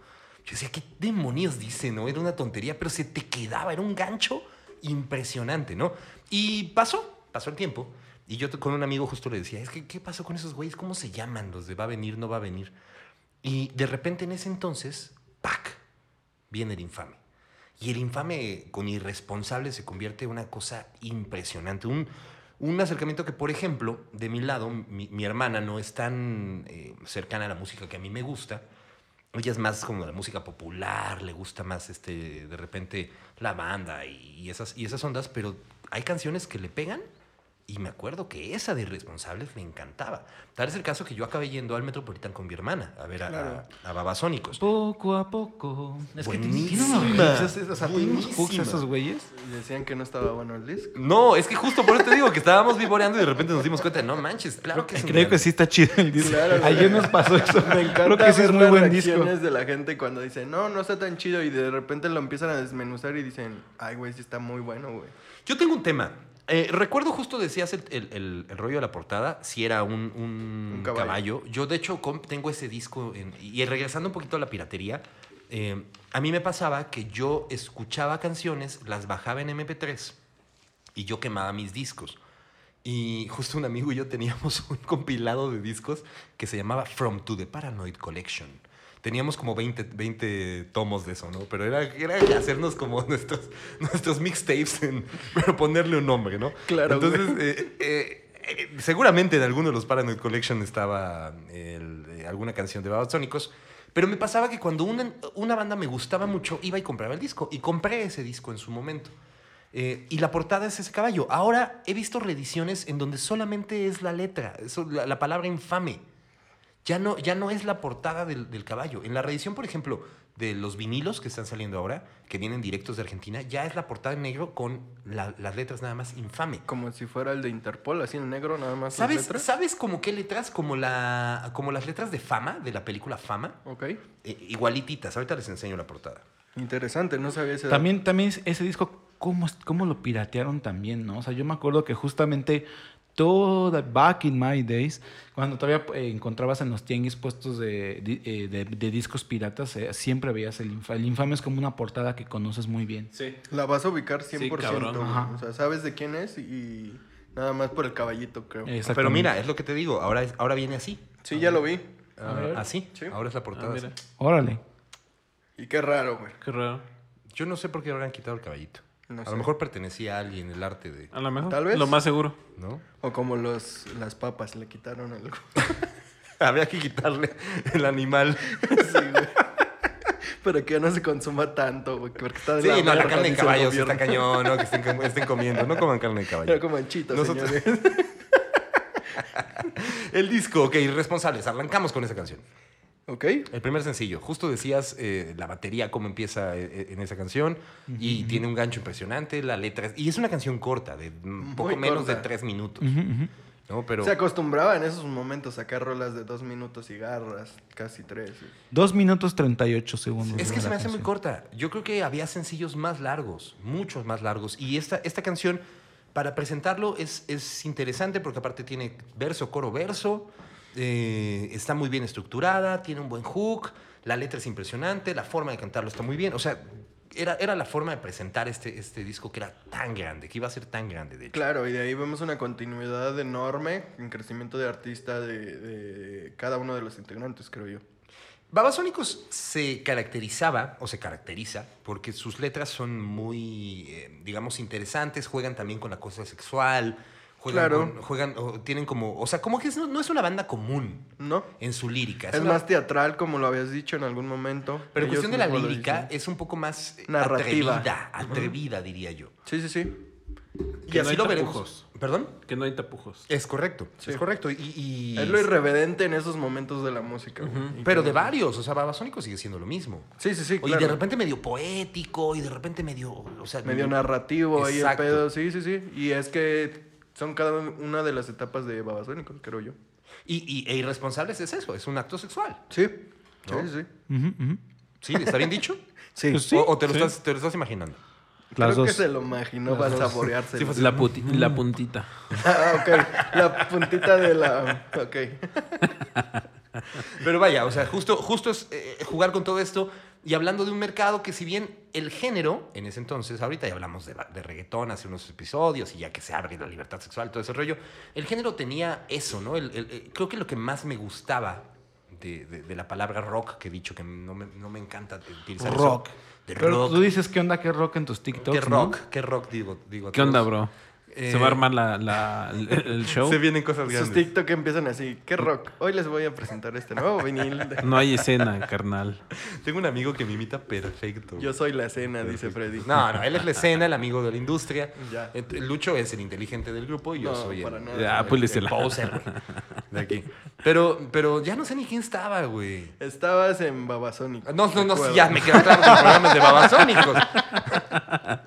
[SPEAKER 1] Yo decía, ¿qué demonios dice? No, era una tontería, pero se te quedaba, era un gancho impresionante, ¿no? Y pasó, pasó el tiempo. Y yo t- con un amigo justo le decía, es que, ¿qué pasó con esos güeyes? ¿Cómo se llaman los de va a venir, no va a venir? Y de repente en ese entonces, ¡pac! Viene el infame. Y el infame con irresponsable se convierte en una cosa impresionante. Un, un acercamiento que, por ejemplo, de mi lado, mi, mi hermana no es tan eh, cercana a la música que a mí me gusta. Ella es más como la música popular, le gusta más este, de repente la banda y, y esas, y esas ondas, pero hay canciones que le pegan y me acuerdo que esa de Irresponsables me encantaba. Tal es el caso que yo acabé yendo al Metropolitan con mi hermana a ver a,
[SPEAKER 3] Claro.
[SPEAKER 1] a- a Babasónicos.
[SPEAKER 2] Poco a poco. Es que tiene- tiene
[SPEAKER 1] Buenísima.
[SPEAKER 2] unos hooks, es- o sea, tiene unos hooks
[SPEAKER 1] Buenísima.
[SPEAKER 2] esos güeyes.
[SPEAKER 3] Decían que no estaba bueno el disco.
[SPEAKER 1] No, es que justo por eso te digo que estábamos vivoreando y de repente nos dimos cuenta, no manches, claro que es un
[SPEAKER 5] Creo
[SPEAKER 1] gran-
[SPEAKER 5] que sí está chido el disco.
[SPEAKER 3] Claro,
[SPEAKER 2] Ayer nos pasó eso.
[SPEAKER 3] Me encanta
[SPEAKER 2] Creo que ese es
[SPEAKER 3] ver
[SPEAKER 2] muy
[SPEAKER 3] las
[SPEAKER 2] buen disco.
[SPEAKER 3] reacciones de la gente cuando dice, no, no está tan chido. Y de repente lo empiezan a desmenuzar y dicen, ay, güey, sí está muy bueno, güey.
[SPEAKER 1] Yo tengo un tema. Eh, recuerdo justo decías el, el- el- el rollo de la portada, si era un, un
[SPEAKER 3] Un caballo.
[SPEAKER 1] caballo. Yo de hecho com- tengo ese disco en- y regresando un poquito a la piratería, eh, a mí me pasaba que yo escuchaba canciones, las bajaba en MP3 y yo quemaba mis discos. Y justo un amigo y yo teníamos un compilado de discos que se llamaba From to the Paranoid Collection. Teníamos como 20, 20 tomos de eso, ¿no? Pero era, era hacernos como nuestros, nuestros mixtapes, en- pero ponerle un nombre, ¿no?
[SPEAKER 3] Claro,
[SPEAKER 1] Entonces, eh, eh, eh, seguramente en alguno de los Paranoid Collection estaba el- eh, alguna canción de Babasónicos. Pero me pasaba que cuando una, una banda me gustaba mucho, iba y compraba el disco. Y compré ese disco en su momento. Eh, y la portada es ese caballo. Ahora he visto reediciones en donde solamente es la letra, eso- la, la palabra infame. Ya no, ya no es la portada del, del caballo. En la reedición, por ejemplo, de los vinilos que están saliendo ahora, que vienen directos de Argentina, ya es la portada en negro con la- las letras nada más infame.
[SPEAKER 3] Como si fuera el de Interpol, así en negro, nada más. las
[SPEAKER 1] ¿Sabes,
[SPEAKER 3] letras.
[SPEAKER 1] ¿sabes como qué letras? Como, la, como las letras de fama, de la película Fama.
[SPEAKER 3] Ok.
[SPEAKER 1] Eh, igualititas. Ahorita les enseño la portada.
[SPEAKER 3] Interesante, no sabía ese dato.
[SPEAKER 2] También, también ese disco, ¿cómo, es- ¿cómo lo piratearon también, no? O sea, yo me acuerdo que justamente toda, back in my days, cuando todavía eh, encontrabas en los tianguis puestos de, di- eh, de- de discos piratas, eh, siempre veías el infame. El infame es como una portada que conoces muy bien.
[SPEAKER 4] Sí.
[SPEAKER 3] La vas a ubicar 100%.
[SPEAKER 4] cabrón.
[SPEAKER 3] güey.
[SPEAKER 2] Ajá.
[SPEAKER 3] o sea, sabes de quién es y nada más por el caballito,
[SPEAKER 1] Pero
[SPEAKER 3] creo.
[SPEAKER 1] mira,
[SPEAKER 2] Exactamente.
[SPEAKER 1] es lo que te digo. Ahora, es- ahora viene así.
[SPEAKER 3] Sí, ya lo vi.
[SPEAKER 2] A ver.
[SPEAKER 1] así.
[SPEAKER 3] Sí.
[SPEAKER 1] Ahora es la
[SPEAKER 4] Ah,
[SPEAKER 1] portada.
[SPEAKER 4] mira.
[SPEAKER 2] Órale.
[SPEAKER 3] Y qué raro, güey.
[SPEAKER 4] Qué raro.
[SPEAKER 1] Yo no sé por qué habrán quitado el caballito.
[SPEAKER 3] No
[SPEAKER 1] a
[SPEAKER 3] sé.
[SPEAKER 1] lo mejor pertenecía a alguien el arte de.
[SPEAKER 4] A lo mejor.
[SPEAKER 3] Tal vez.
[SPEAKER 4] Lo más seguro.
[SPEAKER 1] ¿No?
[SPEAKER 3] O como los, las papas le quitaron algo.
[SPEAKER 1] Habría que quitarle el animal.
[SPEAKER 3] Sí, güey. Pero que ya no se consuma tanto, güey. Porque está de
[SPEAKER 1] Sí, no, la
[SPEAKER 3] verga,
[SPEAKER 1] carne de
[SPEAKER 3] dice el
[SPEAKER 1] caballo sí
[SPEAKER 3] gobierno.
[SPEAKER 1] está cañón, ¿no? Que estén, com- estén comiendo. No coman carne de
[SPEAKER 3] Era
[SPEAKER 1] caballo.
[SPEAKER 3] como anchito,
[SPEAKER 1] Nosotros-
[SPEAKER 3] señores.
[SPEAKER 1] El disco, ok, irresponsables. Arrancamos con esa canción.
[SPEAKER 3] ¿Ok?
[SPEAKER 1] El primer sencillo. Justo decías eh, la batería, cómo empieza eh, eh, en esa canción. Y tiene un gancho impresionante. La letra. es- Y es una canción corta, de mm, poco
[SPEAKER 3] Muy
[SPEAKER 1] menos de
[SPEAKER 3] corta.
[SPEAKER 1] tres minutos.
[SPEAKER 2] Ujú, ujú.
[SPEAKER 1] ¿No? Pero.
[SPEAKER 3] Se acostumbraba en esos momentos a sacar rolas de dos minutos y garras, casi tres. güey.
[SPEAKER 2] Dos minutos 38 segundos.
[SPEAKER 1] Es
[SPEAKER 2] de
[SPEAKER 1] que se
[SPEAKER 2] la
[SPEAKER 1] me hace muy
[SPEAKER 2] canción.
[SPEAKER 1] corta. Yo creo que había sencillos más largos, muchos más largos. Y esta, esta canción, para presentarlo, es, es interesante porque aparte tiene verso, coro, verso. eh, está muy bien estructurada, tiene un buen hook, la letra es impresionante, la forma de cantarlo está muy bien. O sea, era, era la forma de presentar este, este disco que era tan grande, que iba a ser tan grande, de hecho.
[SPEAKER 3] Claro, y de ahí vemos una continuidad enorme en crecimiento de artista de, de cada uno de los integrantes, creo yo.
[SPEAKER 1] Babasónicos se caracterizaba o se caracteriza porque sus letras son muy, eh, digamos, interesantes, juegan también con la cosa sexual, juegan,
[SPEAKER 3] Claro.
[SPEAKER 1] con- juegan o tienen como, o sea, como que es- no, no es una banda común
[SPEAKER 3] ¿No?
[SPEAKER 1] en su lírica.
[SPEAKER 3] Es,
[SPEAKER 1] una-
[SPEAKER 3] más teatral, como lo habías dicho en algún momento.
[SPEAKER 1] pero en
[SPEAKER 3] Ellos
[SPEAKER 1] cuestión de la
[SPEAKER 3] mismos lo
[SPEAKER 1] lírica
[SPEAKER 3] dicen.
[SPEAKER 1] es un poco más eh,
[SPEAKER 3] Narrativa.
[SPEAKER 1] atrevida, atrevida diría yo.
[SPEAKER 3] Sí, sí, sí.
[SPEAKER 1] Y
[SPEAKER 4] Que no
[SPEAKER 1] así
[SPEAKER 4] hay
[SPEAKER 1] lo veremos.
[SPEAKER 4] tapujos.
[SPEAKER 1] Perdón.
[SPEAKER 4] Que no hay tapujos.
[SPEAKER 1] Es correcto,
[SPEAKER 3] Sí.
[SPEAKER 1] es correcto. Y, y-
[SPEAKER 3] Es lo irreverente en esos momentos de la música. güey. Y
[SPEAKER 1] pero
[SPEAKER 3] que-
[SPEAKER 1] de varios, o sea, Babasónicos sigue siendo lo mismo.
[SPEAKER 3] Sí, sí, sí,
[SPEAKER 1] Oye,
[SPEAKER 3] claro.
[SPEAKER 1] Y de repente medio poético y de repente medio, o sea,
[SPEAKER 3] Medio narrativo ahí el
[SPEAKER 1] Exacto.
[SPEAKER 3] pedo. Sí, sí, sí. Y es que son cada una de las etapas de Babasónicos, creo yo.
[SPEAKER 1] Y, y- e irresponsables es eso, es un acto sexual.
[SPEAKER 3] Sí.
[SPEAKER 1] ¿No?
[SPEAKER 3] Sí, sí, sí.
[SPEAKER 2] Ujú, ujú.
[SPEAKER 1] ¿Sí? ¿Está bien dicho?
[SPEAKER 3] Sí.
[SPEAKER 2] Pues sí,
[SPEAKER 1] ¿O, o te, lo
[SPEAKER 4] sí.
[SPEAKER 1] estás, te lo estás imaginando?
[SPEAKER 2] Las
[SPEAKER 3] Creo
[SPEAKER 2] dos.
[SPEAKER 3] que se lo imaginó para saborearse.
[SPEAKER 1] pues,
[SPEAKER 4] la, puti- la puntita.
[SPEAKER 3] ah, ok. La puntita de la. Ok.
[SPEAKER 1] Pero vaya, o sea, justo, justo es eh, jugar con todo esto. Y hablando de un mercado que si bien el género, en ese entonces, ahorita ya hablamos de, la- de reggaetón hace unos episodios y ya que se abre la libertad sexual, todo ese rollo, el género tenía eso, ¿no? El- el- el- creo que lo que más me gustaba de, de- de la palabra rock, que he dicho que no me, no me encanta utilizar eso.
[SPEAKER 2] Rock.
[SPEAKER 1] De
[SPEAKER 2] Pero
[SPEAKER 1] rock.
[SPEAKER 2] tú dices qué onda, qué rock en tus TikToks.
[SPEAKER 1] ¿Qué
[SPEAKER 2] ¿no?
[SPEAKER 1] rock? ¿Qué rock digo? digo a
[SPEAKER 4] ¿Qué onda,
[SPEAKER 1] todos?
[SPEAKER 4] bro?
[SPEAKER 1] Eh,
[SPEAKER 4] ¿Se va a armar la, la- el, el show?
[SPEAKER 1] Se vienen cosas
[SPEAKER 3] Sus
[SPEAKER 1] grandes.
[SPEAKER 3] TikTok empiezan así. ¿Qué rock? Hoy les voy a presentar este nuevo vinil. de-
[SPEAKER 4] No hay escena, carnal.
[SPEAKER 1] Tengo un amigo que me imita perfecto.
[SPEAKER 3] Yo soy la escena, dice Freddy.
[SPEAKER 1] No, no, él es la escena, el amigo de la industria.
[SPEAKER 3] Ya.
[SPEAKER 1] Ent- Lucho es el inteligente del grupo y yo
[SPEAKER 3] No,
[SPEAKER 1] soy
[SPEAKER 3] para
[SPEAKER 1] el, Ah, pues
[SPEAKER 3] nada.
[SPEAKER 4] Ya,
[SPEAKER 1] el- el
[SPEAKER 4] púlesela.
[SPEAKER 1] poser, güey, de aquí. Pero, pero ya no sé ni quién estaba, güey.
[SPEAKER 3] Estabas en Babasonic.
[SPEAKER 1] Ah, No, no, no, sí,
[SPEAKER 3] recuerdo.
[SPEAKER 1] ya me quedó claro que el programa es de babasónicos.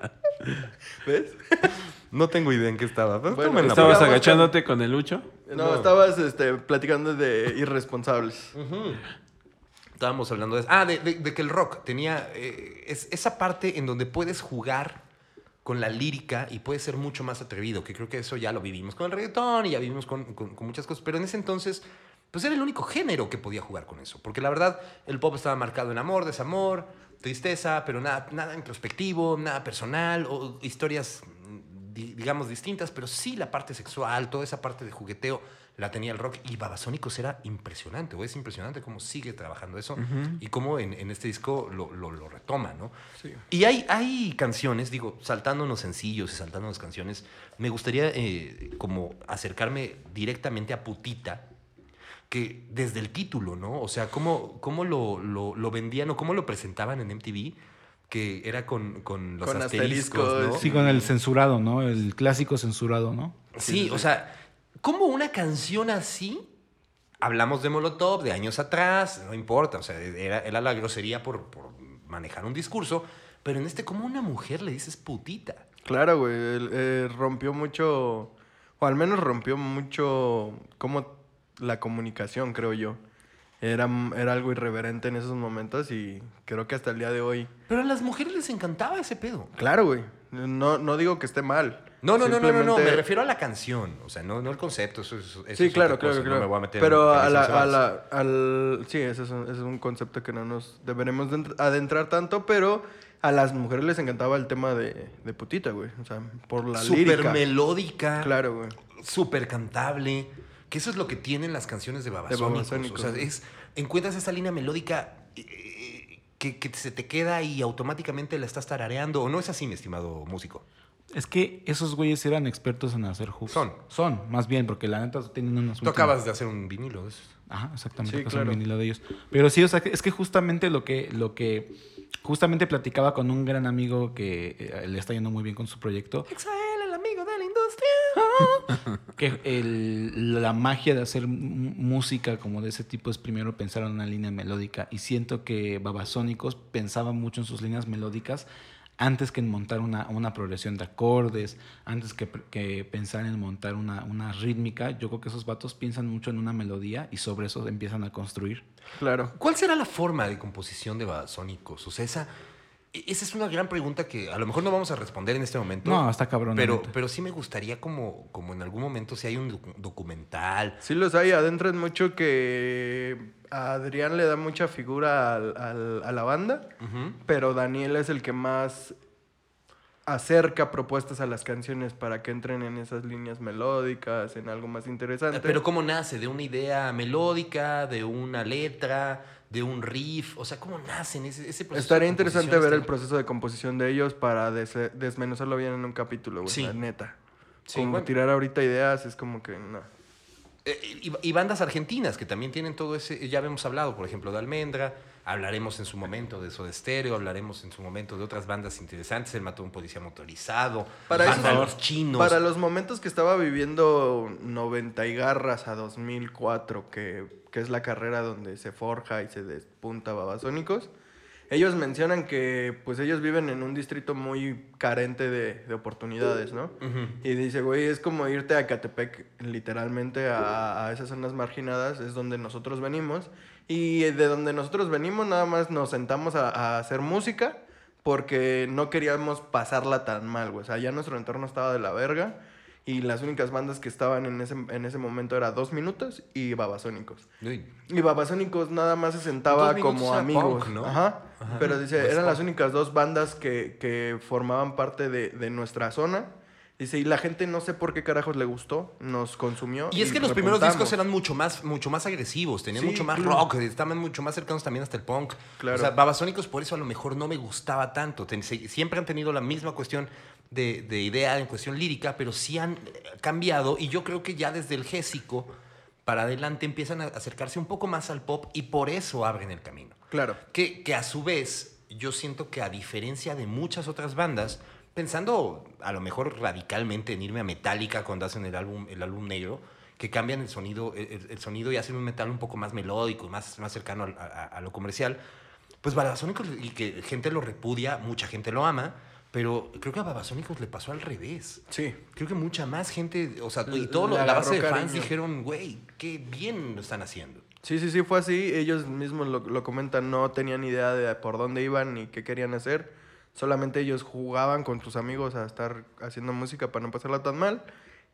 [SPEAKER 3] ¿Ves?
[SPEAKER 1] No tengo idea en qué estaba. Pero
[SPEAKER 3] Bueno,
[SPEAKER 1] tómenla,
[SPEAKER 3] estaba-
[SPEAKER 4] ¿Estabas
[SPEAKER 3] Digamos que-
[SPEAKER 4] agachándote con el Lucho?
[SPEAKER 3] No,
[SPEAKER 1] No. Mm.
[SPEAKER 3] estabas este, platicando de irresponsables.
[SPEAKER 1] Estábamos hablando de eso. Ah, de, de- de que el rock tenía eh, es- esa parte en donde puedes jugar con la lírica y puedes ser mucho más atrevido, que creo que eso ya lo vivimos con el reggaetón y ya vivimos con, con- con muchas cosas, pero en ese entonces, pues era el único género que podía jugar con eso, porque la verdad el pop estaba marcado en amor, desamor, tristeza, pero nada, nada introspectivo, nada personal, o historias, mm, di- digamos, distintas, pero sí la parte sexual, toda esa parte de jugueteo la tenía el rock y Babasónicos era impresionante, o es impresionante cómo sigue trabajando eso y cómo en, en este disco lo, lo- lo retoma, ¿no? Y hay, hay canciones, digo, saltándonos sencillos y saltándonos canciones, me gustaría eh, como acercarme directamente a Putita, que desde el título, ¿no? O sea, cómo, cómo lo, lo- lo vendían o cómo lo presentaban en MTV, que era con, con los
[SPEAKER 3] Con
[SPEAKER 1] asteriscos,
[SPEAKER 3] asteriscos,
[SPEAKER 1] ¿no?
[SPEAKER 2] Sí, con el censurado, ¿no? El clásico censurado, ¿no?
[SPEAKER 1] Sí, o sea, ¿cómo una canción así? Hablamos de Molotov de años atrás, no importa, o sea, era, era la grosería por, por manejar un discurso, pero en este, ¿cómo una mujer le dices putita?
[SPEAKER 3] Claro, güey. el- eh, rompió mucho, o al menos rompió mucho como la comunicación, creo yo. Era, era algo irreverente en esos momentos y creo que hasta el día de hoy.
[SPEAKER 1] Pero a las mujeres les encantaba ese pedo.
[SPEAKER 3] Claro, güey. No, no digo que esté mal.
[SPEAKER 1] No, no, no, no, no, no, me
[SPEAKER 3] Simplemente-
[SPEAKER 1] refiero a la canción, o sea, no, no el concepto, eso es. eso es
[SPEAKER 3] Sí,
[SPEAKER 1] otra
[SPEAKER 3] claro,
[SPEAKER 1] cosa,
[SPEAKER 3] claro, claro.
[SPEAKER 1] No me voy a meter en
[SPEAKER 3] Pero a la,
[SPEAKER 1] temas
[SPEAKER 3] a
[SPEAKER 1] sexuales.
[SPEAKER 3] la- al, sí, ese es, un, ese es un concepto que no nos deberemos de entr- adentrar tanto, pero a las mujeres les encantaba el tema de, de putita, güey. O sea, por la
[SPEAKER 1] Súper
[SPEAKER 3] lírica.
[SPEAKER 1] melódica.
[SPEAKER 3] Claro, güey.
[SPEAKER 1] súper cantable. Que eso es lo que tienen las canciones de Babasónicos.
[SPEAKER 3] Babasónicos,
[SPEAKER 1] O sea,
[SPEAKER 3] sí.
[SPEAKER 1] es, encuentras esa línea melódica eh, eh, que, que se te queda y automáticamente la estás tarareando. ¿O no es así, mi estimado músico?
[SPEAKER 2] Es que esos güeyes eran expertos en hacer hooks.
[SPEAKER 1] Son.
[SPEAKER 2] Son, más bien, porque la neta tienen unos...
[SPEAKER 1] Tú acabas de hacer un vinilo. es-
[SPEAKER 2] Ajá, exactamente.
[SPEAKER 3] Sí,
[SPEAKER 2] acá son
[SPEAKER 3] claro.
[SPEAKER 2] vinilo de ellos. Pero sí, o sea, que- es que justamente lo que, lo que... Justamente platicaba con un gran amigo que eh, le está yendo muy bien con su proyecto.
[SPEAKER 1] Exael, el amigo de la industria.
[SPEAKER 2] que el- la magia de hacer m- música como de ese tipo es primero pensar en una línea melódica y siento que Babasónicos pensaba mucho en sus líneas melódicas antes que en montar una, una progresión de acordes, antes que, pr- que pensar en montar una, una rítmica. Yo creo que esos vatos piensan mucho en una melodía y sobre eso empiezan a construir.
[SPEAKER 3] Claro.
[SPEAKER 1] ¿Cuál será la forma de composición de Babasónicos? O sea, esa, e, esa es una gran pregunta que a lo mejor no vamos a responder en este momento.
[SPEAKER 2] No, está cabrón. la
[SPEAKER 1] pero,
[SPEAKER 2] neta.
[SPEAKER 1] pero sí me gustaría como, como en algún momento si hay un docu- documental
[SPEAKER 3] Sí los hay, adentran mucho que a Adrián le da mucha figura al- al- a la banda, pero Daniel es el que más acerca propuestas a las canciones para que entren en esas líneas melódicas, en algo más interesante.
[SPEAKER 1] eh, Pero ¿cómo nace? ¿De una idea melódica? ¿De una letra? ¿De un riff? O sea, ¿cómo nacen ese, ese proceso?
[SPEAKER 3] Estaría
[SPEAKER 1] de composición?
[SPEAKER 3] interesante ver el
[SPEAKER 1] Estaría-
[SPEAKER 3] proceso de composición de ellos para des- desmenuzarlo bien en un capítulo, güey.
[SPEAKER 1] Sí.
[SPEAKER 3] la neta.
[SPEAKER 1] Sí,
[SPEAKER 3] como
[SPEAKER 1] bueno.
[SPEAKER 3] tirar ahorita ideas es como que no.
[SPEAKER 1] Eh, y, y bandas argentinas que también tienen todo ese... Ya hemos hablado, por ejemplo, de Almendra. Hablaremos en su momento de eso de estéreo. Hablaremos en su momento de otras bandas interesantes. El mató a un policía motorizado.
[SPEAKER 3] Para
[SPEAKER 1] Banda
[SPEAKER 3] esos-
[SPEAKER 1] Los chinos.
[SPEAKER 3] Para los momentos que estaba viviendo 90 y garras a 2004, que, que es la carrera donde se forja y se despunta Babasónicos, ellos mencionan que pues ellos viven en un distrito muy carente de, de oportunidades, ¿no? Y dice, güey, es como irte a Catepec, literalmente a, a esas zonas marginadas, es donde nosotros venimos. Y de donde nosotros venimos nada más nos sentamos a, a hacer música porque no queríamos pasarla tan mal, güey. O sea, ya nuestro entorno estaba de la verga Y las únicas bandas que estaban en ese, en ese momento era Dos Minutos y Babasónicos.
[SPEAKER 1] Uy,
[SPEAKER 3] Y Babasónicos nada más se sentaba
[SPEAKER 1] Dos Minutos
[SPEAKER 3] como
[SPEAKER 1] era
[SPEAKER 3] amigos.
[SPEAKER 1] punk, ¿no?
[SPEAKER 3] Ajá. Pero dice,
[SPEAKER 1] Pues
[SPEAKER 3] eran
[SPEAKER 1] punk.
[SPEAKER 3] las únicas dos bandas que, que formaban parte de, de nuestra zona. Dice, y la gente no sé por qué carajos le gustó, nos consumió.
[SPEAKER 1] Y es que los primeros
[SPEAKER 3] repuntamos.
[SPEAKER 1] discos eran mucho más, mucho más agresivos, tenían
[SPEAKER 3] Sí,
[SPEAKER 1] mucho más
[SPEAKER 3] claro.
[SPEAKER 1] rock, estaban mucho más cercanos también hasta el punk.
[SPEAKER 3] Claro.
[SPEAKER 1] O sea, Babasónicos por eso a lo mejor no me gustaba tanto. Ten- se- siempre han tenido la misma cuestión de, de idea en cuestión lírica, pero sí han eh, cambiado y yo creo que ya desde el Gésico para adelante empiezan a acercarse un poco más al pop y por eso abren el camino.
[SPEAKER 3] Claro.
[SPEAKER 1] Que, que a su vez, yo siento que a diferencia de muchas otras bandas, pensando a lo mejor radicalmente en irme a Metallica cuando hacen el álbum, el álbum negro, que cambian el sonido, el, el- el sonido y hacen un metal un poco más melódico, más, más cercano al- a, a- a lo comercial. Pues Babasónicos, y que gente lo repudia, mucha gente lo ama, pero creo que a Babasónicos le pasó al revés.
[SPEAKER 3] Sí.
[SPEAKER 1] Creo que mucha más gente, o sea, y
[SPEAKER 3] Le-
[SPEAKER 1] toda
[SPEAKER 3] le
[SPEAKER 1] la base de
[SPEAKER 3] agarró
[SPEAKER 1] fans
[SPEAKER 3] cariño.
[SPEAKER 1] dijeron, güey, qué bien lo están haciendo.
[SPEAKER 3] Sí, sí, sí, fue así. Ellos mismos lo, lo comentan, no tenían idea de por dónde iban ni qué querían hacer. Solamente ellos jugaban con sus amigos a estar haciendo música para no pasarla tan mal.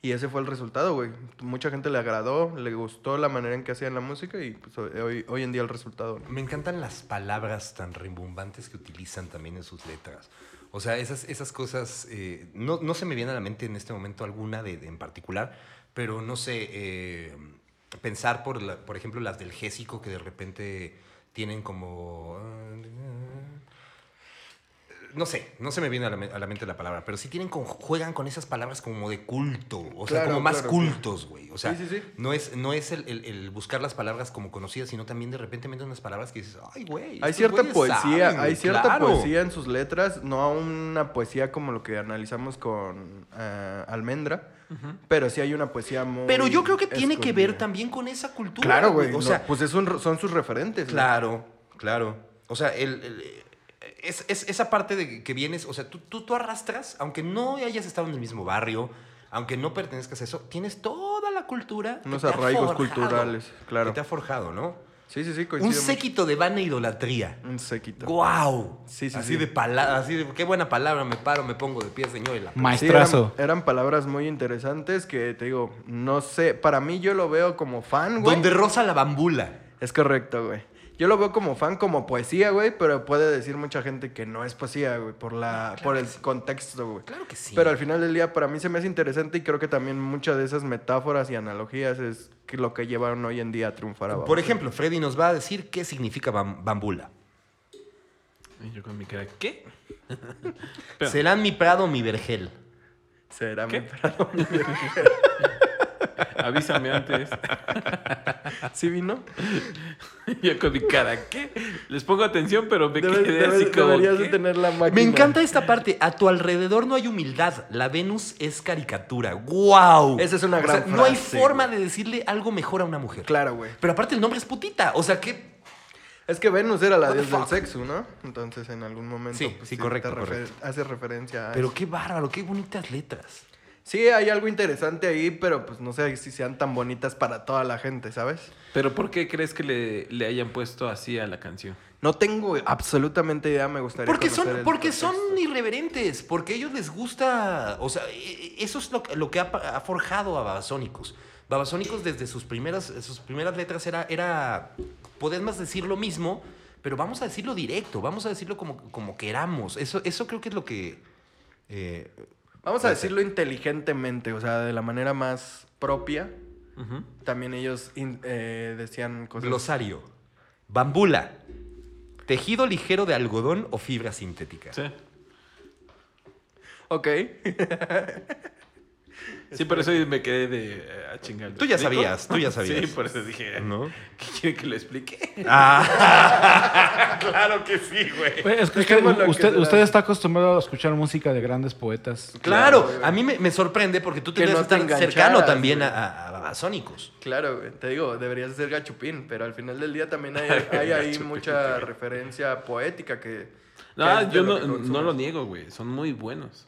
[SPEAKER 3] Y ese fue el resultado, güey. Mucha gente le agradó, le gustó la manera en que hacían la música y pues, hoy, hoy en día el resultado. ¿no?
[SPEAKER 1] Me encantan las palabras tan rimbombantes que utilizan también en sus letras. O sea, esas, esas cosas, eh, no, no se me viene a la mente en este momento alguna de, de en particular, pero no sé, eh, pensar por, la- por ejemplo las del Gésico que de repente tienen como... No sé, no se me viene a la, me- a la mente la palabra, pero sí tienen con, juegan con esas palabras como de culto, o sea,
[SPEAKER 3] Claro,
[SPEAKER 1] como más
[SPEAKER 3] claro, claro.
[SPEAKER 1] cultos, güey. O sea,
[SPEAKER 3] Sí, sí, sí.
[SPEAKER 1] no es, no es el, el- el buscar las palabras como conocidas, sino también de repente meten unas palabras que dices, ay, güey.
[SPEAKER 3] Hay
[SPEAKER 1] estos
[SPEAKER 3] cierta
[SPEAKER 1] güeyes
[SPEAKER 3] poesía,
[SPEAKER 1] saben,
[SPEAKER 3] hay cierta
[SPEAKER 1] claro".
[SPEAKER 3] poesía en sus letras, no una poesía como lo que analizamos con eh, Almendra, pero sí hay una poesía muy...
[SPEAKER 1] Pero yo creo que tiene que ver
[SPEAKER 3] escondida.
[SPEAKER 1] también con esa cultura.
[SPEAKER 3] Claro, güey.
[SPEAKER 1] O sea,
[SPEAKER 3] pues es un- son sus referentes. güey.
[SPEAKER 1] claro, claro. O sea, el- el- es, es- esa parte de que vienes, o sea, tú, tú, tú arrastras, aunque no hayas estado en el mismo barrio, aunque no pertenezcas a eso, tienes toda la cultura. que
[SPEAKER 3] Unos
[SPEAKER 1] te ha
[SPEAKER 3] arraigos
[SPEAKER 1] forjado,
[SPEAKER 3] culturales, claro.
[SPEAKER 1] Que te ha forjado, ¿no?
[SPEAKER 3] Sí, sí, sí,
[SPEAKER 1] Un
[SPEAKER 3] coincido. mucho.
[SPEAKER 1] séquito de vana idolatría.
[SPEAKER 3] Un séquito.
[SPEAKER 1] ¡Guau!
[SPEAKER 3] Sí, sí,
[SPEAKER 1] así
[SPEAKER 3] sí.
[SPEAKER 1] de palabra, así de qué buena palabra, me paro, me pongo de pie, señor. y la-
[SPEAKER 3] Sí,
[SPEAKER 2] Maestrazo.
[SPEAKER 3] eran, eran palabras muy interesantes que te digo, no sé, para mí yo lo veo como fan, güey.
[SPEAKER 1] Donde rosa la bambula.
[SPEAKER 3] Es correcto, güey. Yo lo veo como fan, como poesía, güey, pero puede decir mucha gente que no es poesía, güey, por,
[SPEAKER 1] Ah,
[SPEAKER 3] la, por el contexto, güey.
[SPEAKER 1] Claro que sí.
[SPEAKER 3] Pero al final del día para mí se me hace interesante y creo que también muchas de esas metáforas y analogías es que lo que llevaron hoy en día a triunfar. a
[SPEAKER 1] Por
[SPEAKER 3] Babasónicos.
[SPEAKER 1] ejemplo, Freddy nos va a decir qué significa bam- bambula.
[SPEAKER 4] Y yo con mi cara, ¿qué? Pero-
[SPEAKER 1] Serán mi prado mi vergel.
[SPEAKER 3] Será mi
[SPEAKER 4] ¿Qué?
[SPEAKER 3] perro.
[SPEAKER 4] Avísame antes.
[SPEAKER 3] ¿Sí vino?
[SPEAKER 4] yo con mi cara, ¿qué? Les pongo atención, pero me
[SPEAKER 3] Debes-
[SPEAKER 4] quedé así
[SPEAKER 3] debes-
[SPEAKER 4] como.
[SPEAKER 3] deberías de
[SPEAKER 4] ¿qué?
[SPEAKER 3] tener la máquina.
[SPEAKER 1] Me encanta esta parte. A tu alrededor no hay humildad. La Venus es caricatura. ¡Wow!
[SPEAKER 3] Esa es una gran
[SPEAKER 1] No hay
[SPEAKER 3] frase,
[SPEAKER 1] forma de decirle algo mejor a una mujer.
[SPEAKER 3] Claro, güey.
[SPEAKER 1] Pero aparte el nombre es putita. O sea, que
[SPEAKER 3] Es que Venus era la
[SPEAKER 1] What the
[SPEAKER 3] diosa del
[SPEAKER 1] fuck?
[SPEAKER 3] sexo, ¿no? Entonces en algún momento. pues,
[SPEAKER 1] Sí, sí, correcto,
[SPEAKER 3] te refer-
[SPEAKER 1] correcto.
[SPEAKER 3] Hace referencia a.
[SPEAKER 1] Pero
[SPEAKER 3] eso.
[SPEAKER 1] qué bárbaro, qué bonitas letras.
[SPEAKER 3] Sí, hay algo interesante ahí, pero pues no sé si sean tan bonitas para toda la gente, ¿sabes?
[SPEAKER 4] Pero ¿por qué crees que le, le hayan puesto así a la canción?
[SPEAKER 3] No tengo absolutamente idea, me gustaría.
[SPEAKER 1] Porque
[SPEAKER 3] conocer
[SPEAKER 1] son,
[SPEAKER 3] el
[SPEAKER 1] porque son
[SPEAKER 3] contexto.
[SPEAKER 1] irreverentes, porque a ellos les gusta, o sea, e- e- eso es lo, que- lo que ha, pa- ha forjado a Babasónicos. Babasónicos desde sus primeras, sus primeras letras era, era, podemos decir lo mismo, pero vamos a decirlo directo, vamos a decirlo como, como queramos. Eso, eso creo que es lo que... eh,
[SPEAKER 3] Vamos a decirlo inteligentemente, o sea, de la manera más propia.
[SPEAKER 4] Ujú.
[SPEAKER 3] También ellos in- eh, decían
[SPEAKER 4] Pues
[SPEAKER 3] cosas.
[SPEAKER 1] glosario. Bambula. Tejido ligero de algodón o fibra sintética.
[SPEAKER 4] Sí.
[SPEAKER 3] Ok.
[SPEAKER 4] Sí, por eso me quedé de eh, a chingar.
[SPEAKER 1] Tú ya
[SPEAKER 4] ¿Explico?
[SPEAKER 1] sabías, tú ya sabías.
[SPEAKER 4] Sí, por eso dije, ah,
[SPEAKER 1] ¿No?
[SPEAKER 4] ¿qué quiere que lo explique?
[SPEAKER 1] claro que sí, güey.
[SPEAKER 2] Pues, es que usted,
[SPEAKER 3] Dejémoslo que
[SPEAKER 2] usted-
[SPEAKER 3] será.
[SPEAKER 2] usted está acostumbrado a escuchar música de grandes poetas.
[SPEAKER 1] Claro,
[SPEAKER 3] Claro, güey.
[SPEAKER 1] a mí me, me sorprende porque tú
[SPEAKER 3] Que
[SPEAKER 1] te
[SPEAKER 3] no te
[SPEAKER 1] estar cercano
[SPEAKER 3] engancharas,
[SPEAKER 1] también a,
[SPEAKER 3] güey.
[SPEAKER 1] a, a Babasónicos.
[SPEAKER 3] Claro, güey, te digo, deberías ser gachupín, pero al final del día también hay, hay ahí
[SPEAKER 4] Gachupín,
[SPEAKER 3] mucha
[SPEAKER 4] güey.
[SPEAKER 3] referencia poética que...
[SPEAKER 4] No,
[SPEAKER 3] que es de
[SPEAKER 4] Ah, yo
[SPEAKER 3] lo
[SPEAKER 4] no,
[SPEAKER 3] que
[SPEAKER 4] no
[SPEAKER 3] consumes.
[SPEAKER 4] lo niego, güey. Son muy buenos.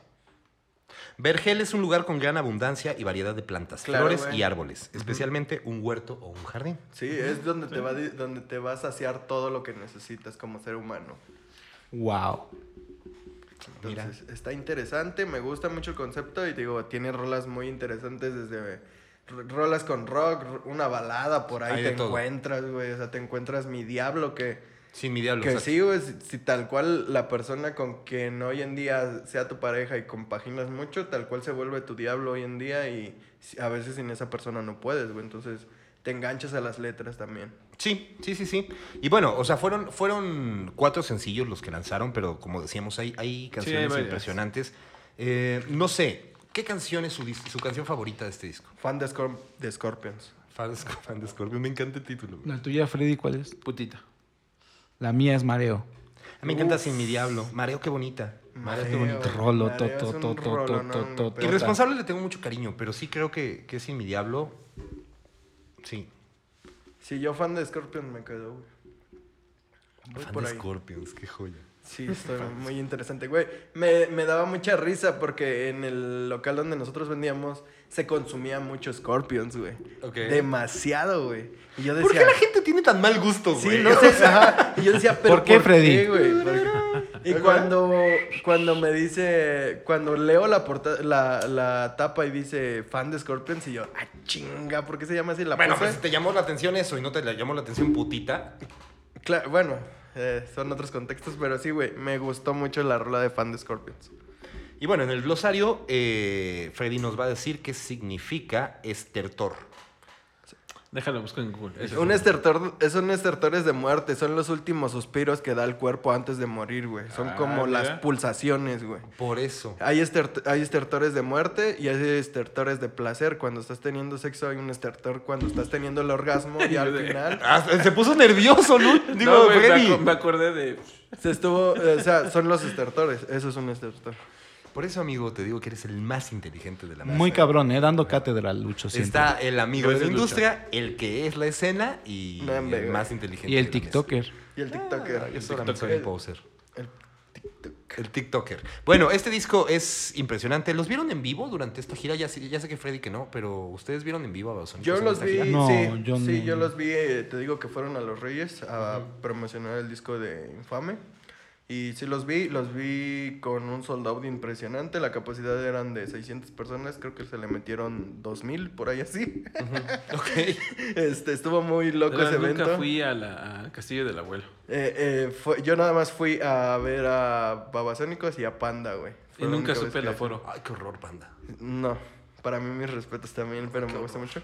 [SPEAKER 1] Vergel es un lugar con gran abundancia y variedad de plantas,
[SPEAKER 3] Claro,
[SPEAKER 1] flores
[SPEAKER 3] güey.
[SPEAKER 1] y árboles, especialmente un huerto o un jardín.
[SPEAKER 3] Sí, es donde te, va, di- donde te va a saciar todo lo que necesitas como ser humano.
[SPEAKER 2] Wow.
[SPEAKER 1] Mira.
[SPEAKER 3] Entonces, está interesante, me gusta mucho el concepto y te digo, tiene rolas muy interesantes desde r- rolas con rock, r- una balada por ahí
[SPEAKER 1] Hay de
[SPEAKER 3] te
[SPEAKER 1] todo.
[SPEAKER 3] encuentras, güey, o sea, te encuentras mi diablo que
[SPEAKER 1] Sin mi diablo. o
[SPEAKER 3] que
[SPEAKER 1] sea,
[SPEAKER 3] sí, güey, si, si tal cual la persona con quien hoy en día sea tu pareja y compaginas mucho, tal cual se vuelve tu diablo hoy en día y si- a veces sin esa persona no puedes, güey, entonces te enganchas a las letras también.
[SPEAKER 1] Sí, sí, sí, sí. Y bueno, o sea, fueron, fueron cuatro sencillos los que lanzaron, pero como decíamos, hay, hay canciones
[SPEAKER 4] varias.
[SPEAKER 1] impresionantes. Eh, no sé, ¿qué canción es su, dis- su canción favorita de este disco?
[SPEAKER 3] Fan de, Scor- de Scorpions.
[SPEAKER 1] Fan, fan de Scorpion, me encanta el título. güey.
[SPEAKER 2] La tuya, Freddy, ¿cuál es?
[SPEAKER 4] Putita.
[SPEAKER 2] La mía es Mareo.
[SPEAKER 1] A mí me encanta Sin mi diablo. Mareo, qué bonita. Mareo, qué bonita.
[SPEAKER 2] Rolo,
[SPEAKER 3] Mareo es
[SPEAKER 2] to,
[SPEAKER 3] un
[SPEAKER 2] to, to, to,
[SPEAKER 3] rolonón,
[SPEAKER 2] to, to,
[SPEAKER 3] pero-
[SPEAKER 1] Irresponsable le tengo mucho cariño, pero sí creo que, que Sin mi diablo. Sí.
[SPEAKER 3] Si yo fan de Scorpions me quedo, güey. Voy
[SPEAKER 1] Fan
[SPEAKER 3] por
[SPEAKER 1] de
[SPEAKER 3] ahí.
[SPEAKER 1] Scorpions, qué joya.
[SPEAKER 3] Sí, estoy muy interesante, güey. Me, me daba mucha risa porque en el local donde nosotros vendíamos se consumía mucho Scorpions, güey.
[SPEAKER 1] Ok.
[SPEAKER 3] Demasiado, güey. Y yo decía,
[SPEAKER 1] ¿Por qué la gente tiene tan mal gusto, güey?
[SPEAKER 3] Sí, no sé, ajá. Y yo decía, pero
[SPEAKER 2] ¿Por qué, Freddy?
[SPEAKER 3] güey? ¿Por qué? Y cuando, cuando me dice, cuando leo la, porta- la, la tapa y dice fan de Scorpions y yo, ah, chinga, ¿por qué se llama así la
[SPEAKER 1] Bueno,
[SPEAKER 3] puse?
[SPEAKER 1] pues si te llamó la atención eso y no te la llamó la atención putita.
[SPEAKER 3] Claro, bueno, eh, son otros contextos, pero sí, güey, me gustó mucho la rola de fan de Scorpions.
[SPEAKER 1] Y bueno, en el glosario, eh, Freddy nos va a decir qué significa estertor.
[SPEAKER 4] Déjalo, busco en Google. Ese
[SPEAKER 3] Un
[SPEAKER 4] es-
[SPEAKER 3] estertor, es un estertores de muerte, son los últimos suspiros que da el cuerpo antes de morir, güey. Son
[SPEAKER 4] Ah,
[SPEAKER 3] como
[SPEAKER 4] mira.
[SPEAKER 3] las pulsaciones, güey.
[SPEAKER 1] Por eso.
[SPEAKER 3] Hay, estert- hay estertores de muerte y hay estertores de placer. Cuando estás teniendo sexo hay un estertor cuando estás teniendo el orgasmo y al final
[SPEAKER 1] Ah, se puso nervioso, Lu. Digo,
[SPEAKER 4] No, güey, me
[SPEAKER 1] Freddy.
[SPEAKER 4] aco- me acordé de.
[SPEAKER 3] se estuvo, o sea, son los estertores. Eso es un estertor.
[SPEAKER 1] Por eso, amigo, te digo que eres el más inteligente de la mesa.
[SPEAKER 2] Muy cabrón, ¿eh? Dando cátedra al Lucho siempre.
[SPEAKER 1] Está el amigo de la
[SPEAKER 4] Gracias,
[SPEAKER 1] industria, el que es la escena y
[SPEAKER 3] No, hombre,
[SPEAKER 1] el
[SPEAKER 3] güey.
[SPEAKER 1] más inteligente.
[SPEAKER 2] Y el
[SPEAKER 1] de la
[SPEAKER 2] TikToker.
[SPEAKER 3] Y el
[SPEAKER 1] mesa.
[SPEAKER 3] TikToker.
[SPEAKER 1] Ah, Yo solamente soy un
[SPEAKER 3] El-
[SPEAKER 1] poser.
[SPEAKER 3] el
[SPEAKER 1] El TikToker. Bueno, este disco es impresionante. ¿Los vieron en vivo durante esta gira? Ya, sé- ya sé que Freddy que no, pero ¿ustedes vieron en vivo a Babasónicos
[SPEAKER 3] Yo
[SPEAKER 1] en
[SPEAKER 3] los
[SPEAKER 1] esta
[SPEAKER 3] vi,
[SPEAKER 1] gira?
[SPEAKER 2] No,
[SPEAKER 3] sí,
[SPEAKER 2] yo
[SPEAKER 3] sí,
[SPEAKER 2] no.
[SPEAKER 3] yo los vi, eh, te digo que fueron a Los Reyes a promocionar el disco de Infame. Y sí los vi, los vi con un sold out impresionante, la capacidad eran de 600 personas, creo que se le metieron 2000 por ahí así.
[SPEAKER 1] Ok.
[SPEAKER 3] Este, estuvo muy
[SPEAKER 4] de
[SPEAKER 3] loco
[SPEAKER 4] verdad,
[SPEAKER 3] ese evento.
[SPEAKER 4] nunca fui a la- al castillo del abuelo.
[SPEAKER 3] Eh, eh, fue- yo nada más fui a ver a Babasónicos y a Panda, güey.
[SPEAKER 4] Y
[SPEAKER 3] Fue la
[SPEAKER 4] nunca
[SPEAKER 3] única vez
[SPEAKER 4] supe el
[SPEAKER 3] que-
[SPEAKER 4] aforo.
[SPEAKER 1] Ay, qué horror, panda.
[SPEAKER 3] No, para mí mis respetos también, pero me gusta mucho.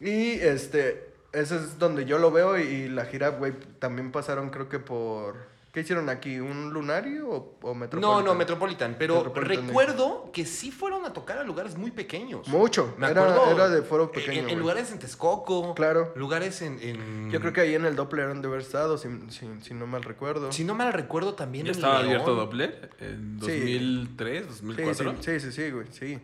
[SPEAKER 3] Y este, eso es donde yo lo veo y, y la gira, güey, también pasaron creo que por... ¿Qué hicieron aquí? ¿Un lunario o, o
[SPEAKER 1] No,
[SPEAKER 3] Metropolitan?
[SPEAKER 1] no, Metropolitan. Pero
[SPEAKER 3] Metropolitan.
[SPEAKER 1] recuerdo que sí fueron a tocar a lugares muy pequeños.
[SPEAKER 3] Mucho.
[SPEAKER 1] Me
[SPEAKER 3] era,
[SPEAKER 1] acuerdo.
[SPEAKER 3] era de foro
[SPEAKER 1] en-
[SPEAKER 3] pequeño.
[SPEAKER 1] En,
[SPEAKER 3] güey.
[SPEAKER 1] lugares Mm. en Texcoco.
[SPEAKER 3] Claro.
[SPEAKER 1] Lugares en. en-
[SPEAKER 3] Yo creo que ahí en el Doppler han de haber estado, si, si, si no mal recuerdo.
[SPEAKER 1] Si no mal recuerdo, también.
[SPEAKER 4] Ya
[SPEAKER 1] en
[SPEAKER 4] estaba
[SPEAKER 1] León.
[SPEAKER 4] abierto Doppler en
[SPEAKER 3] Sí.
[SPEAKER 4] 2003,
[SPEAKER 3] sí, sí,
[SPEAKER 4] 2004.
[SPEAKER 3] sí, sí, sí, güey, sí.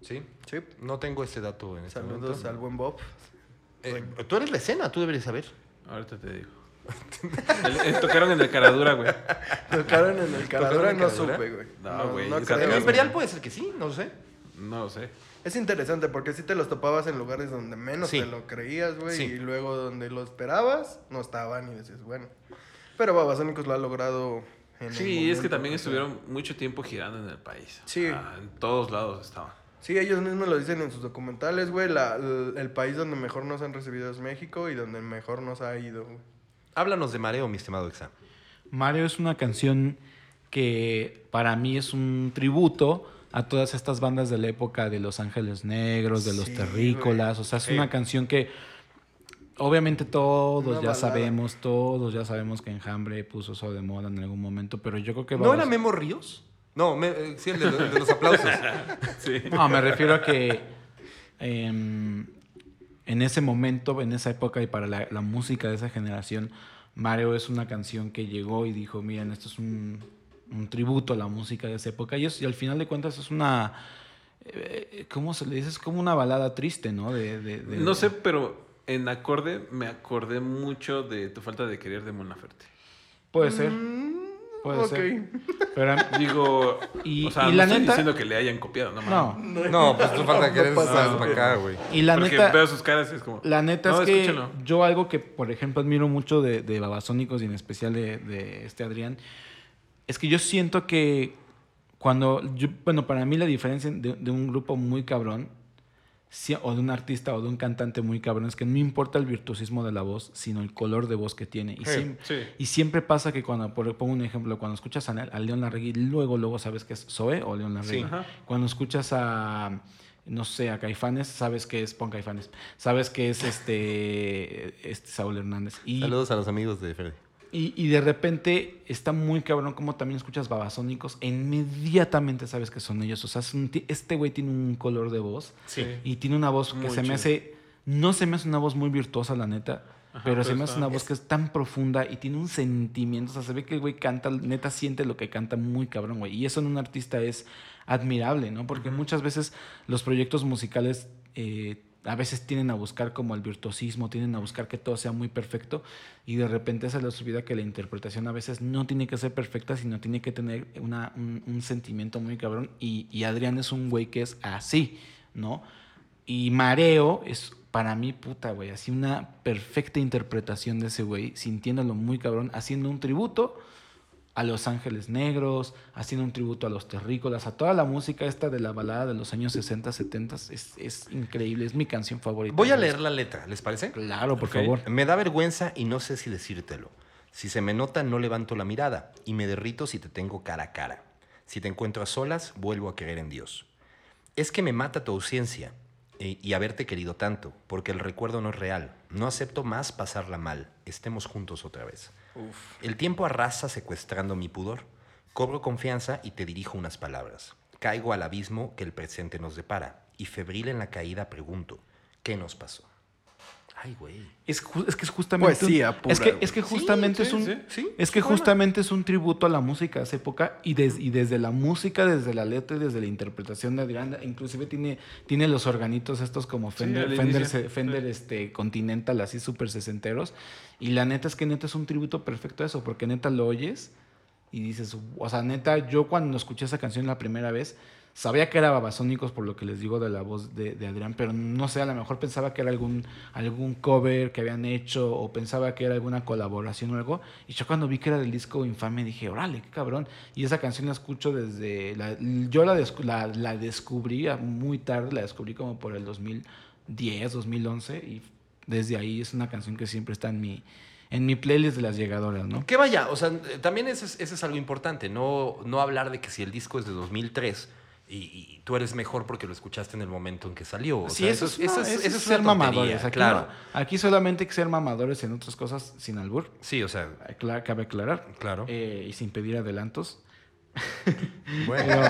[SPEAKER 1] Sí.
[SPEAKER 3] sí.
[SPEAKER 1] No tengo este dato en este
[SPEAKER 3] Saludos
[SPEAKER 1] momento.
[SPEAKER 3] al buen Bob.
[SPEAKER 1] Eh, tú eres la escena, tú deberías saber.
[SPEAKER 4] Ahorita te digo. El- eh, tocaron en el Caradura, güey.
[SPEAKER 3] Tocaron en el Caradura,
[SPEAKER 1] en
[SPEAKER 3] no
[SPEAKER 1] Caradura?
[SPEAKER 3] supe, güey.
[SPEAKER 4] No, güey, esa
[SPEAKER 3] creo,
[SPEAKER 1] En
[SPEAKER 4] Claro,
[SPEAKER 1] Imperial
[SPEAKER 4] güey.
[SPEAKER 1] puede ser que sí, no lo sé.
[SPEAKER 4] No lo sé.
[SPEAKER 3] Es interesante porque si te los topabas en lugares donde menos
[SPEAKER 1] Sí.
[SPEAKER 3] te lo creías, güey,
[SPEAKER 1] Sí.
[SPEAKER 3] y luego donde lo esperabas, no estaban y decías, bueno. Pero Babasónicos lo ha logrado en el
[SPEAKER 4] Sí, es que
[SPEAKER 3] momento,
[SPEAKER 4] también
[SPEAKER 3] o sea.
[SPEAKER 4] estuvieron mucho tiempo girando en el país.
[SPEAKER 3] Sí.
[SPEAKER 4] Ah, en todos lados estaban.
[SPEAKER 3] Sí, ellos mismos lo dicen en sus documentales, güey, la- l- el país donde mejor nos han recibido es México y donde mejor nos ha ido, güey.
[SPEAKER 1] Háblanos de mareo, mi estimado Exa.
[SPEAKER 2] Mario es una canción que para mí es un tributo a todas estas bandas de la época de Los Ángeles Negros, de Los
[SPEAKER 3] Sí,
[SPEAKER 2] Terrícolas.
[SPEAKER 3] güey.
[SPEAKER 2] O sea, es
[SPEAKER 1] Sí.
[SPEAKER 2] una canción que obviamente todos
[SPEAKER 3] Una
[SPEAKER 2] ya
[SPEAKER 3] balada.
[SPEAKER 2] sabemos, todos ya sabemos que Enjambre puso eso de moda en algún momento, pero yo creo que...
[SPEAKER 1] ¿No era
[SPEAKER 2] Babas-
[SPEAKER 1] Memo Ríos? No, me- eh, sí, el de, el de los aplausos.
[SPEAKER 4] Sí.
[SPEAKER 2] No, me refiero a que em, en ese momento, en esa época y para la, la música de esa generación, Mario es una canción que llegó y dijo, miren, esto es un, un tributo a la música de esa época. Y, es- y al final de cuentas es una... eh, ¿Cómo se le dice? Es como una balada triste, ¿no? De, de- de-
[SPEAKER 4] No sé, pero en acorde me acordé mucho de tu falta de querer de Mon Laferte.
[SPEAKER 2] Puede ser,
[SPEAKER 3] Mm,
[SPEAKER 2] puede
[SPEAKER 3] ok.
[SPEAKER 2] ser. Pero a-
[SPEAKER 4] Digo,
[SPEAKER 2] Y-
[SPEAKER 4] o sea,
[SPEAKER 2] y
[SPEAKER 4] no
[SPEAKER 2] la
[SPEAKER 4] estoy
[SPEAKER 2] neta-
[SPEAKER 4] diciendo que le hayan copiado, no mames.
[SPEAKER 2] no.
[SPEAKER 1] No, pues tú falta que eres
[SPEAKER 3] pasa,
[SPEAKER 1] más
[SPEAKER 4] güey.
[SPEAKER 1] para acá, güey.
[SPEAKER 2] Y la
[SPEAKER 4] Porque
[SPEAKER 2] neta...
[SPEAKER 4] veo sus caras y es como.
[SPEAKER 2] La neta
[SPEAKER 4] No,
[SPEAKER 2] es que
[SPEAKER 4] escúchalo.
[SPEAKER 2] yo algo que, por ejemplo, admiro mucho de, de Babasónicos y en especial de, de este Adrián, es que yo siento que Cuando, yo- bueno, para mí la diferencia de, de un grupo muy cabrón, sí, o de un artista o de un cantante muy cabrón, es que no importa el virtuosismo de la voz, sino el color de voz que tiene. Y, siem-
[SPEAKER 4] sí.
[SPEAKER 2] y siempre pasa que cuando, por, pongo un ejemplo, cuando escuchas a, a León Larregui, luego, luego sabes que es Zoe o León Larregui.
[SPEAKER 1] Sí.
[SPEAKER 4] Ajá.
[SPEAKER 2] Cuando escuchas a, no sé, a Caifanes, sabes que es, pon Caifanes, sabes que es este, este Saúl Hernández. Y,
[SPEAKER 1] Saludos a los amigos de Freddy.
[SPEAKER 2] y, y de repente está muy cabrón como también escuchas babasónicos, e inmediatamente sabes que son ellos. O sea, es un ti- este güey tiene un color de voz
[SPEAKER 1] Sí.
[SPEAKER 2] y tiene una voz que
[SPEAKER 4] Muy
[SPEAKER 2] se me
[SPEAKER 4] chido.
[SPEAKER 2] hace, no se me hace una voz muy virtuosa, la neta.
[SPEAKER 4] Ajá,
[SPEAKER 2] pero se
[SPEAKER 4] pero
[SPEAKER 2] me hace
[SPEAKER 4] está-
[SPEAKER 2] una voz que es tan profunda y tiene un sentimiento. O sea, se ve que el güey canta, neta siente lo que canta muy cabrón, güey. Y eso en un artista es admirable, ¿no? Porque muchas veces los proyectos musicales eh, a veces tienen a buscar como el virtuosismo, tienen a buscar que todo sea muy perfecto y de repente se les olvida que la interpretación a veces no tiene que ser perfecta, sino tiene que tener una- un, un sentimiento muy cabrón. Y, y Adrián es un güey que es así, ¿no? Y Mareo es para mí, puta, güey, así una perfecta interpretación de ese güey, sintiéndolo muy cabrón, haciendo un tributo a Los Ángeles Negros, haciendo un tributo a los terrícolas, a toda la música esta de la balada de los años 60, 70, es, es increíble, es mi canción favorita.
[SPEAKER 1] Voy a leer la letra, ¿les parece?
[SPEAKER 2] Claro, por
[SPEAKER 4] Ok.
[SPEAKER 2] favor.
[SPEAKER 1] Me da vergüenza y no sé si decírtelo. Si se me nota, no levanto la mirada y me derrito si te tengo cara a cara. Si te encuentro a solas, vuelvo a creer en Dios. Es que me mata tu ausencia eh, y haberte querido tanto, porque el recuerdo no es real. No acepto más pasarla mal. Estemos juntos otra vez. El tiempo arrasa secuestrando mi pudor. Cobro confianza y te dirijo unas palabras. Caigo al abismo que el presente nos depara y febril en la caída pregunto, ¿qué nos pasó? Ay, güey.
[SPEAKER 2] Es, ju- es que es justamente.
[SPEAKER 3] Poesía
[SPEAKER 2] un-
[SPEAKER 3] pura,
[SPEAKER 2] es, que,
[SPEAKER 3] güey.
[SPEAKER 2] es que justamente
[SPEAKER 4] sí,
[SPEAKER 2] es
[SPEAKER 4] sí,
[SPEAKER 2] un.
[SPEAKER 1] sí,
[SPEAKER 2] es que
[SPEAKER 1] poema.
[SPEAKER 2] justamente es un tributo a la música de esa época. Y, des- y desde la música, desde la letra y desde la interpretación de Adrián. Inclusive tiene, tiene los organitos estos como Fender,
[SPEAKER 4] al
[SPEAKER 2] Fender,
[SPEAKER 4] inicio,
[SPEAKER 2] se- Fender, este, Continental, así súper sesenteros. Y la neta es que neta es un tributo perfecto a eso, porque neta lo oyes y dices, o sea, neta, yo cuando escuché esa canción la primera vez, sabía que era Babasónicos por lo que les digo de la voz de, de Adrián, pero no sé, a lo mejor pensaba que era algún, algún cover que habían hecho o pensaba que era alguna colaboración o algo. Y yo cuando vi que era del disco Infame dije, órale, qué cabrón. Y esa canción la escucho desde, la- yo la, descu- la, la descubrí a- muy tarde, la descubrí como por el 2010, 2011 y desde ahí es una canción que siempre está en mi, en mi playlist de las llegadoras, ¿no?
[SPEAKER 1] Que vaya, o sea, eh, también eso es, eso es algo importante, no, no hablar de que si el disco es de 2003 y, y tú eres mejor porque lo escuchaste en el momento en que salió. O
[SPEAKER 2] Sí,
[SPEAKER 1] sea,
[SPEAKER 2] eso es, no, eso es
[SPEAKER 1] una
[SPEAKER 2] ser
[SPEAKER 1] tontería,
[SPEAKER 2] mamadores. Aquí,
[SPEAKER 1] claro.
[SPEAKER 2] no- aquí solamente hay que ser mamadores en otras cosas sin albur,
[SPEAKER 1] Sí, o sea,
[SPEAKER 2] acla- cabe aclarar,
[SPEAKER 1] claro.
[SPEAKER 2] eh, y sin pedir adelantos.
[SPEAKER 1] bueno,
[SPEAKER 2] Pero,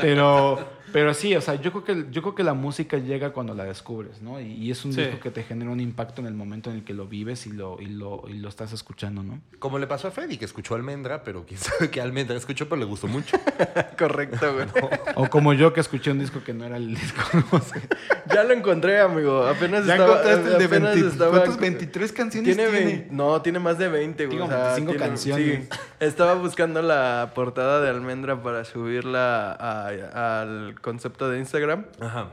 [SPEAKER 2] pero, pero sí, o sea, yo creo, que, yo creo que la música llega cuando la descubres, ¿no? Y, y es un
[SPEAKER 4] Sí.
[SPEAKER 2] disco que te genera un impacto en el momento en el que lo vives y lo, y lo, y lo estás escuchando, ¿no?
[SPEAKER 1] como le pasó a Freddy, que escuchó Almendra, pero quién sabe qué Almendra escuchó, pero le gustó mucho.
[SPEAKER 3] Correcto, güey.
[SPEAKER 2] O como yo que escuché un disco que no era el disco. no sé.
[SPEAKER 3] Ya lo encontré, amigo. Apenas
[SPEAKER 2] Ya
[SPEAKER 3] estaba.
[SPEAKER 2] encontraste el de
[SPEAKER 3] apenas
[SPEAKER 2] 20
[SPEAKER 3] estaba-
[SPEAKER 2] ¿cuántos? 23 canciones
[SPEAKER 3] tiene?
[SPEAKER 2] tiene?
[SPEAKER 3] 20 no, tiene más de 20, güey.
[SPEAKER 2] Tiene
[SPEAKER 3] o sea,
[SPEAKER 2] 25
[SPEAKER 3] tiene-
[SPEAKER 2] canciones.
[SPEAKER 3] sí. Estaba buscando la portada de Almendra para subirla a- al concepto de Instagram.
[SPEAKER 1] Ajá.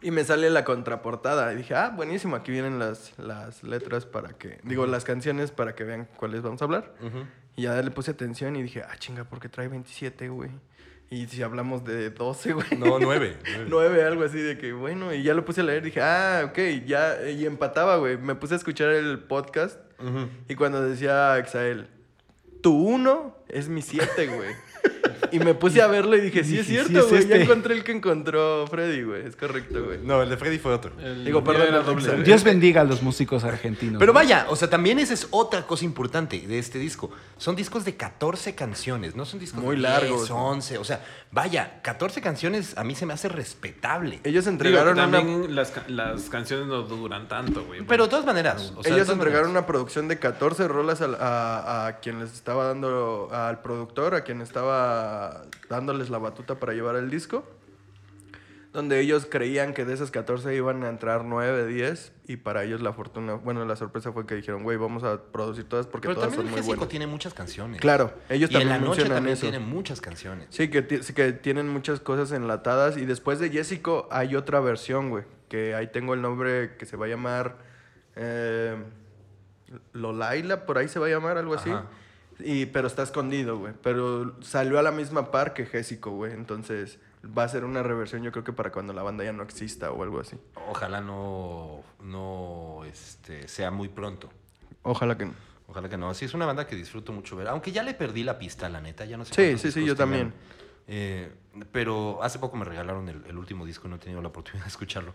[SPEAKER 3] Y me sale la contraportada. Y dije, ah, buenísimo, aquí vienen las, las letras para que. Digo, las canciones para que vean cuáles vamos a hablar.
[SPEAKER 1] ujú.
[SPEAKER 3] Y ya le puse atención y dije, ah, chinga, ¿por qué trae 27, güey? Y si hablamos de 12, güey.
[SPEAKER 1] No, nueve. nueve.
[SPEAKER 3] Nueve, algo así de que, bueno, y ya lo puse a leer, dije, ah, ok, ya, y empataba, güey. Me puse a escuchar el podcast
[SPEAKER 1] Ujú.
[SPEAKER 3] y cuando decía Exael, tu uno es mi siete, güey. y me puse a verlo y dije, sí, es
[SPEAKER 2] Dije, sí,
[SPEAKER 3] cierto,
[SPEAKER 2] es
[SPEAKER 3] güey, ya
[SPEAKER 2] este.
[SPEAKER 3] encontré el que encontró Freddy, güey, es correcto, güey.
[SPEAKER 1] No, el de Freddy fue
[SPEAKER 2] Eh,
[SPEAKER 1] otro.
[SPEAKER 4] El
[SPEAKER 3] Digo,
[SPEAKER 4] mío
[SPEAKER 3] perdón,
[SPEAKER 4] era
[SPEAKER 3] perdón,
[SPEAKER 4] doble.
[SPEAKER 2] Dios bendiga a los músicos argentinos.
[SPEAKER 1] Pero
[SPEAKER 2] ¿no?
[SPEAKER 1] vaya, o sea, también esa es otra cosa importante de este disco. Son discos de 14 canciones, no son discos de
[SPEAKER 3] Muy largos.
[SPEAKER 1] 10, 11. O sea, vaya, 14 canciones a mí se me hace respetable.
[SPEAKER 3] Ellos
[SPEAKER 4] Digo, que
[SPEAKER 3] entregaron una...
[SPEAKER 4] también las, ca- las canciones no duran tanto, güey.
[SPEAKER 1] Pero de todas maneras, o sea, de
[SPEAKER 3] Ellos
[SPEAKER 1] todas
[SPEAKER 3] entregaron
[SPEAKER 1] maneras.
[SPEAKER 3] una producción de 14 rolas al- a, a quien les estaba dando, al productor, a quien estaba dándoles la batuta para llevar el disco. Donde ellos creían que de esas 14 iban a entrar 9, 10. Y para ellos la fortuna, bueno, la sorpresa fue que dijeron, güey, vamos a producir todas porque
[SPEAKER 1] Pero
[SPEAKER 3] todas
[SPEAKER 1] también
[SPEAKER 3] son
[SPEAKER 1] el
[SPEAKER 3] muy
[SPEAKER 1] G5
[SPEAKER 3] buenas.
[SPEAKER 1] tiene muchas canciones.
[SPEAKER 3] Claro, ellos
[SPEAKER 1] y en
[SPEAKER 3] también
[SPEAKER 1] la noche
[SPEAKER 3] mencionan
[SPEAKER 1] también
[SPEAKER 3] eso.
[SPEAKER 1] tiene muchas canciones.
[SPEAKER 3] Sí, que, ti- sí, que tienen muchas cosas enlatadas. Y después de Jessico hay otra versión, güey. Que ahí tengo el nombre que se va a llamar eh, Lolaila, por ahí se va a llamar, algo así.
[SPEAKER 1] Ajá.
[SPEAKER 3] Y, pero está escondido, güey. Pero salió a la misma par que Jésico, güey. Entonces va a ser una reversión, yo creo que para cuando la banda ya no exista o algo así.
[SPEAKER 1] Ojalá no, no este, sea muy pronto.
[SPEAKER 3] Ojalá que no.
[SPEAKER 1] Ojalá que no. Sí, es una banda que disfruto mucho ver. Aunque ya le perdí la pista, la neta. Ya no sé
[SPEAKER 3] Sí,
[SPEAKER 1] cuántos
[SPEAKER 3] sí, sí,
[SPEAKER 1] discos
[SPEAKER 3] yo
[SPEAKER 1] tengan.
[SPEAKER 3] también.
[SPEAKER 1] Eh, pero hace poco me regalaron el, el último disco y no he tenido la oportunidad de escucharlo.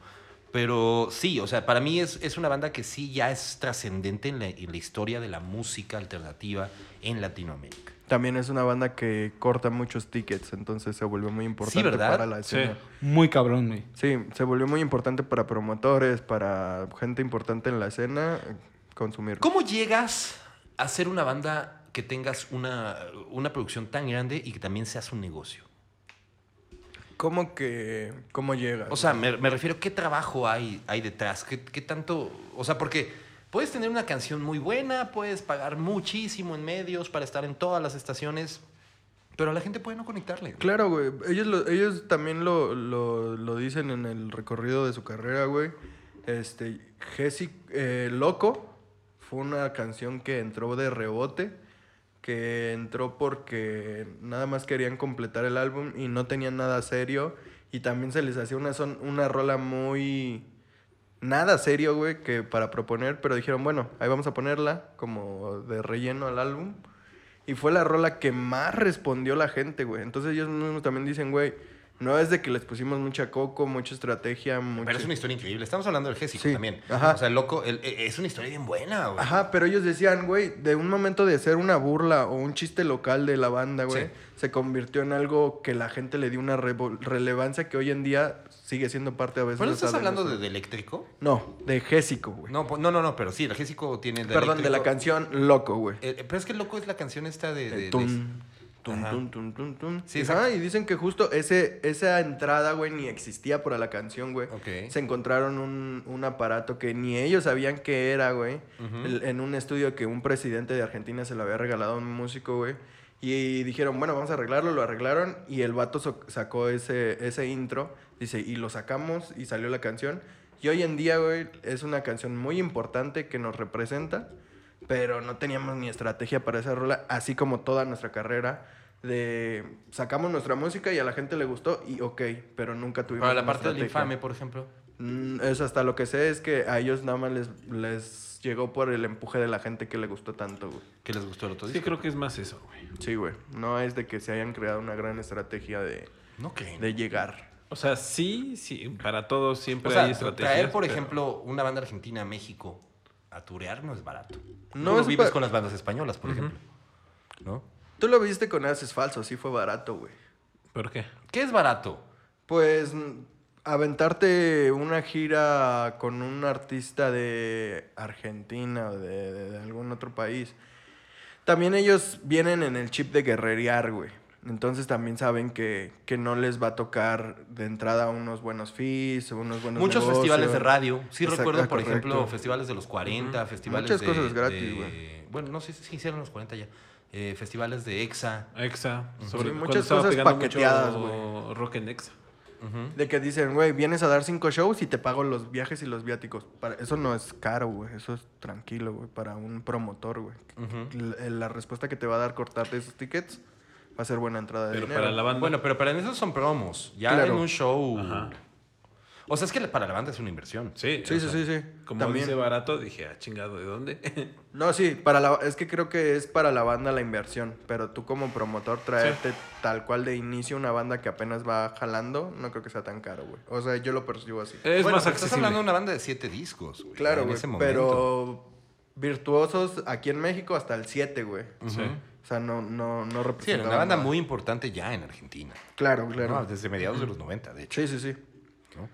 [SPEAKER 1] Pero sí, o sea, para mí es, es una banda que sí ya es trascendente en la, en la historia de la música alternativa en Latinoamérica.
[SPEAKER 3] También es una banda que corta muchos tickets, entonces se volvió muy importante
[SPEAKER 1] ¿verdad?
[SPEAKER 3] para la
[SPEAKER 4] Sí.
[SPEAKER 3] escena.
[SPEAKER 2] Muy cabrón, güey.
[SPEAKER 3] Sí, se volvió muy importante para promotores, para gente importante en la escena, eh, consumir.
[SPEAKER 1] ¿Cómo llegas a ser una banda que tengas una, una producción tan grande y que también seas un negocio?
[SPEAKER 3] ¿Cómo que cómo llega?
[SPEAKER 1] O sea, me, me refiero, ¿qué trabajo hay, hay detrás? ¿Qué, qué tanto? O sea, porque puedes tener una canción muy buena, puedes pagar muchísimo en medios para estar en todas las estaciones, pero a la gente puede no conectarle.
[SPEAKER 3] Claro, güey. Ellos, lo- ellos también lo, lo- lo dicen en el recorrido de su carrera, güey. Este, Jesse eh, Loco fue una canción que entró de rebote, que entró porque nada más querían completar el álbum y no tenían nada serio. Y también se les hacía una, son, una rola muy... Nada serio, güey, que para proponer, pero dijeron, bueno, ahí vamos a ponerla como de relleno al álbum. Y fue la rola que más respondió la gente, güey. Entonces ellos mismos también dicen, güey, no es de que les pusimos mucha coco, mucha estrategia, mucha...
[SPEAKER 1] Pero es una historia increíble. Estamos hablando del Jessico
[SPEAKER 3] Sí,
[SPEAKER 1] también.
[SPEAKER 3] ajá.
[SPEAKER 1] O sea, loco, el- e- es una historia bien buena, güey.
[SPEAKER 3] Ajá, pero ellos decían, güey, de un momento de ser una burla o un chiste local de la banda, güey,
[SPEAKER 1] Sí.
[SPEAKER 3] se convirtió en algo que la gente le dio una revo- relevancia que hoy en día sigue siendo parte a veces.
[SPEAKER 1] ¿Pero no estás
[SPEAKER 3] hasta
[SPEAKER 1] hablando de,
[SPEAKER 3] nuestro-
[SPEAKER 1] de eléctrico?
[SPEAKER 3] No, de Jésico, güey.
[SPEAKER 1] No, po- no, no, no, pero sí, el Jessico tiene. el
[SPEAKER 3] Perdón, de la
[SPEAKER 1] Eléctrico.
[SPEAKER 3] canción Loco, güey.
[SPEAKER 1] Eh, eh, pero es que loco es la canción esta de. de- de-
[SPEAKER 3] El tum, tum,
[SPEAKER 1] Ajá.
[SPEAKER 3] tum, tum, tum, tum.
[SPEAKER 1] Sí,
[SPEAKER 3] Ajá, y dicen que justo ese, esa entrada, güey, ni existía para la canción, güey.
[SPEAKER 1] Ok.
[SPEAKER 3] Se encontraron un, un aparato que ni ellos sabían qué era, güey. El- En un estudio que un presidente de Argentina se lo había regalado a un músico, güey. Y dijeron, bueno, vamos a arreglarlo, lo arreglaron. Y el vato so- sacó ese, ese intro, dice, y lo sacamos y salió la canción. Y hoy en día, güey, es una canción muy importante que nos representa. Pero no teníamos ni estrategia para esa rola, así como toda nuestra carrera. De sacamos nuestra música y a la gente le gustó, y ok, pero nunca tuvimos.
[SPEAKER 1] Para la
[SPEAKER 3] una
[SPEAKER 1] parte del
[SPEAKER 3] estrategia.
[SPEAKER 1] infame, por ejemplo.
[SPEAKER 3] Mm, es hasta lo que sé es que a ellos nada más les, les llegó por el empuje de la gente que le gustó tanto, güey.
[SPEAKER 1] Que les gustó el otro
[SPEAKER 4] Sí,
[SPEAKER 1] disco.
[SPEAKER 4] creo que es más eso, güey.
[SPEAKER 3] Sí, güey. No es de que se hayan creado una gran estrategia de,
[SPEAKER 1] No creen.
[SPEAKER 3] de llegar.
[SPEAKER 4] O sea, sí, sí, para todos siempre
[SPEAKER 1] O sea,
[SPEAKER 4] hay estrategias.
[SPEAKER 1] traer, por
[SPEAKER 4] pero-
[SPEAKER 1] ejemplo, una banda argentina a México a turear no es barato.
[SPEAKER 3] No
[SPEAKER 1] No lo
[SPEAKER 3] es
[SPEAKER 1] vives
[SPEAKER 3] ba-
[SPEAKER 1] con las bandas españolas, por ejemplo. ¿No?
[SPEAKER 3] Tú lo viste con Haces Falso, sí fue barato, güey.
[SPEAKER 4] ¿Por qué?
[SPEAKER 1] ¿Qué es barato?
[SPEAKER 3] Pues mm, aventarte una gira con un artista de Argentina o de, de- de algún otro país. También ellos vienen en el chip de guerrerear, güey. Entonces también saben que, que no les va a tocar de entrada unos buenos fees, unos buenos
[SPEAKER 1] Muchos
[SPEAKER 3] negocios.
[SPEAKER 1] festivales de radio. Sí
[SPEAKER 3] Exacto,
[SPEAKER 1] recuerdo, por
[SPEAKER 3] correcto.
[SPEAKER 1] ejemplo, festivales de los 40, festivales
[SPEAKER 3] Muchas
[SPEAKER 1] de-
[SPEAKER 3] cosas gratis,
[SPEAKER 1] de-
[SPEAKER 3] güey.
[SPEAKER 1] Bueno, no sé si hicieron los 40 ya. Eh, festivales de EXA.
[SPEAKER 4] Exa. Sobre
[SPEAKER 3] Sí,
[SPEAKER 4] cuando
[SPEAKER 3] muchas
[SPEAKER 4] estaba
[SPEAKER 3] cosas
[SPEAKER 4] pegando
[SPEAKER 3] paqueteadas,
[SPEAKER 4] mucho Rock en Exa.
[SPEAKER 3] De que dicen, güey, vienes a dar cinco shows y te pago los viajes y los viáticos. Para, eso no es caro, güey. Eso es tranquilo, güey. Para un promotor, güey. la, eh, la respuesta que te va a dar cortarte esos tickets va a ser buena entrada de
[SPEAKER 4] Pero
[SPEAKER 3] dinero.
[SPEAKER 4] para la banda.
[SPEAKER 1] Bueno, pero para esos son promos. Ya
[SPEAKER 3] Claro.
[SPEAKER 1] en un show.
[SPEAKER 4] Ajá.
[SPEAKER 1] O sea, es que para la banda es una inversión.
[SPEAKER 4] Sí,
[SPEAKER 3] Sí, sí,
[SPEAKER 4] o sea,
[SPEAKER 3] sí, sí.
[SPEAKER 4] Como
[SPEAKER 3] También.
[SPEAKER 4] dice barato, dije, ah, chingado, ¿de dónde?
[SPEAKER 3] No, sí, para la, es que creo que es para la banda la inversión. Pero tú como promotor traerte tal cual de inicio una banda que apenas va jalando, no creo que sea tan caro, güey. O sea, yo lo percibo así.
[SPEAKER 4] es
[SPEAKER 1] Bueno,
[SPEAKER 4] más
[SPEAKER 1] pero Estás
[SPEAKER 4] accesible.
[SPEAKER 1] hablando de una banda de siete discos. güey,
[SPEAKER 3] Claro,
[SPEAKER 1] Eh, en
[SPEAKER 3] güey.
[SPEAKER 1] ese momento.
[SPEAKER 3] Pero virtuosos aquí en México hasta el 7, güey.
[SPEAKER 4] Sí.
[SPEAKER 3] O sea, no, no, no
[SPEAKER 1] Sí, era
[SPEAKER 3] representaba
[SPEAKER 1] una banda
[SPEAKER 3] nada.
[SPEAKER 1] muy importante ya en Argentina.
[SPEAKER 3] Claro, claro.
[SPEAKER 1] No, desde mediados de los 90, de hecho.
[SPEAKER 3] sí, sí, sí.
[SPEAKER 1] ¿no?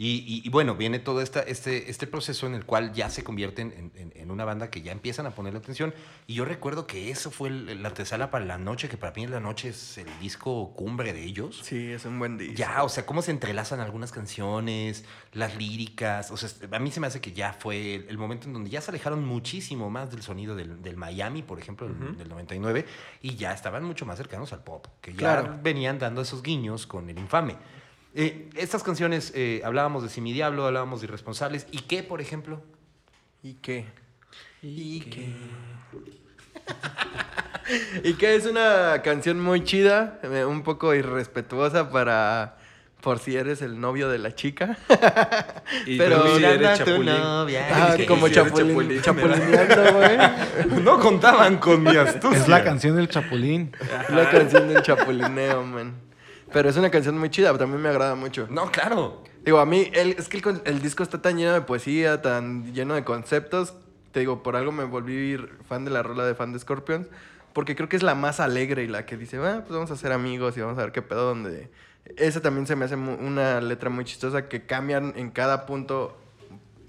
[SPEAKER 1] Y, y- y bueno, viene todo esta, este, este proceso en el cual ya se convierten en, en- en una banda que ya empiezan a ponerle atención. Y yo recuerdo que eso fue el- la antesala para La Noche, que para mí La Noche es el disco cumbre de ellos.
[SPEAKER 3] Sí, es un buen día.
[SPEAKER 1] Ya, o sea, cómo se entrelazan algunas canciones, las líricas. O sea, este, a mí se me hace que ya fue el, el momento en donde ya se alejaron muchísimo más del sonido del, del Miami, por ejemplo, del- del 99, y ya estaban mucho más cercanos al pop, que ya
[SPEAKER 3] Claro.
[SPEAKER 1] venían dando esos guiños con el infame. Eh, estas canciones, eh, hablábamos de Si mi Diablo, hablábamos de Irresponsables, y qué, por ejemplo.
[SPEAKER 3] ¿Y qué? ¿Y qué? Y que es una canción muy chida, eh, un poco irrespetuosa para por si eres el novio de la chica.
[SPEAKER 4] Y
[SPEAKER 3] Pero-
[SPEAKER 4] también si
[SPEAKER 3] Mirando
[SPEAKER 4] eres
[SPEAKER 1] a tu
[SPEAKER 4] chapulín.
[SPEAKER 1] novia.
[SPEAKER 3] Ah,
[SPEAKER 1] que
[SPEAKER 3] como
[SPEAKER 4] hiciera
[SPEAKER 3] chapulín,
[SPEAKER 4] chapulín,
[SPEAKER 3] chapulineando, güey.
[SPEAKER 1] No contaban con mi astucia.
[SPEAKER 2] Es la canción del Chapulín.
[SPEAKER 3] La canción del chapulineo, man. Pero es una canción muy chida, también me agrada mucho.
[SPEAKER 1] No, claro.
[SPEAKER 3] Digo, a mí, el- es que el, con- el disco está tan lleno de poesía, tan lleno de conceptos. Te digo, por algo me volví fan de la rola de fan de Scorpions, porque creo que es la más alegre y la que dice, "Ah, pues vamos a ser amigos y vamos a ver qué pedo donde... Esa también se me hace mu- una letra muy chistosa que cambian en cada punto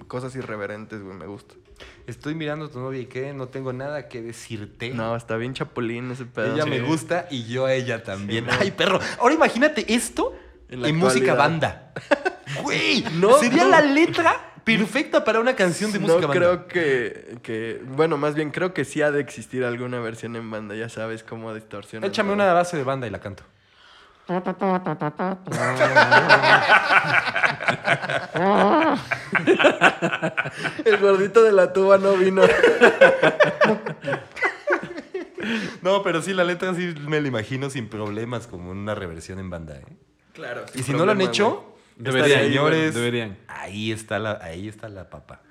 [SPEAKER 3] cosas irreverentes, güey, me gusta.
[SPEAKER 1] Estoy mirando a tu novia y qué, no tengo nada que decirte.
[SPEAKER 3] No, está bien chapulín ese pedo.
[SPEAKER 1] Ella
[SPEAKER 4] Sí.
[SPEAKER 1] me gusta y yo a ella también.
[SPEAKER 3] Sí, no.
[SPEAKER 1] Ay, perro. Ahora imagínate esto
[SPEAKER 3] En
[SPEAKER 1] en,
[SPEAKER 3] la
[SPEAKER 1] música
[SPEAKER 3] actualidad.
[SPEAKER 1] banda. Güey,
[SPEAKER 3] No,
[SPEAKER 1] sería
[SPEAKER 3] no.
[SPEAKER 1] la letra perfecta para una canción de música
[SPEAKER 3] no
[SPEAKER 1] banda.
[SPEAKER 3] creo que, que- Bueno, más bien creo que sí ha de existir alguna versión en banda, ya sabes cómo distorsiona.
[SPEAKER 1] Échame una base de banda y la canto.
[SPEAKER 3] El gordito de la tuba no vino.
[SPEAKER 1] No, pero sí, la letra sí me la imagino sin problemas, como una reversión en banda. ¿eh?
[SPEAKER 3] Claro.
[SPEAKER 1] Y si no lo han hecho,
[SPEAKER 4] Deberían,
[SPEAKER 1] estas señores,
[SPEAKER 4] deberían.
[SPEAKER 1] Ahí está la, ahí está la papa.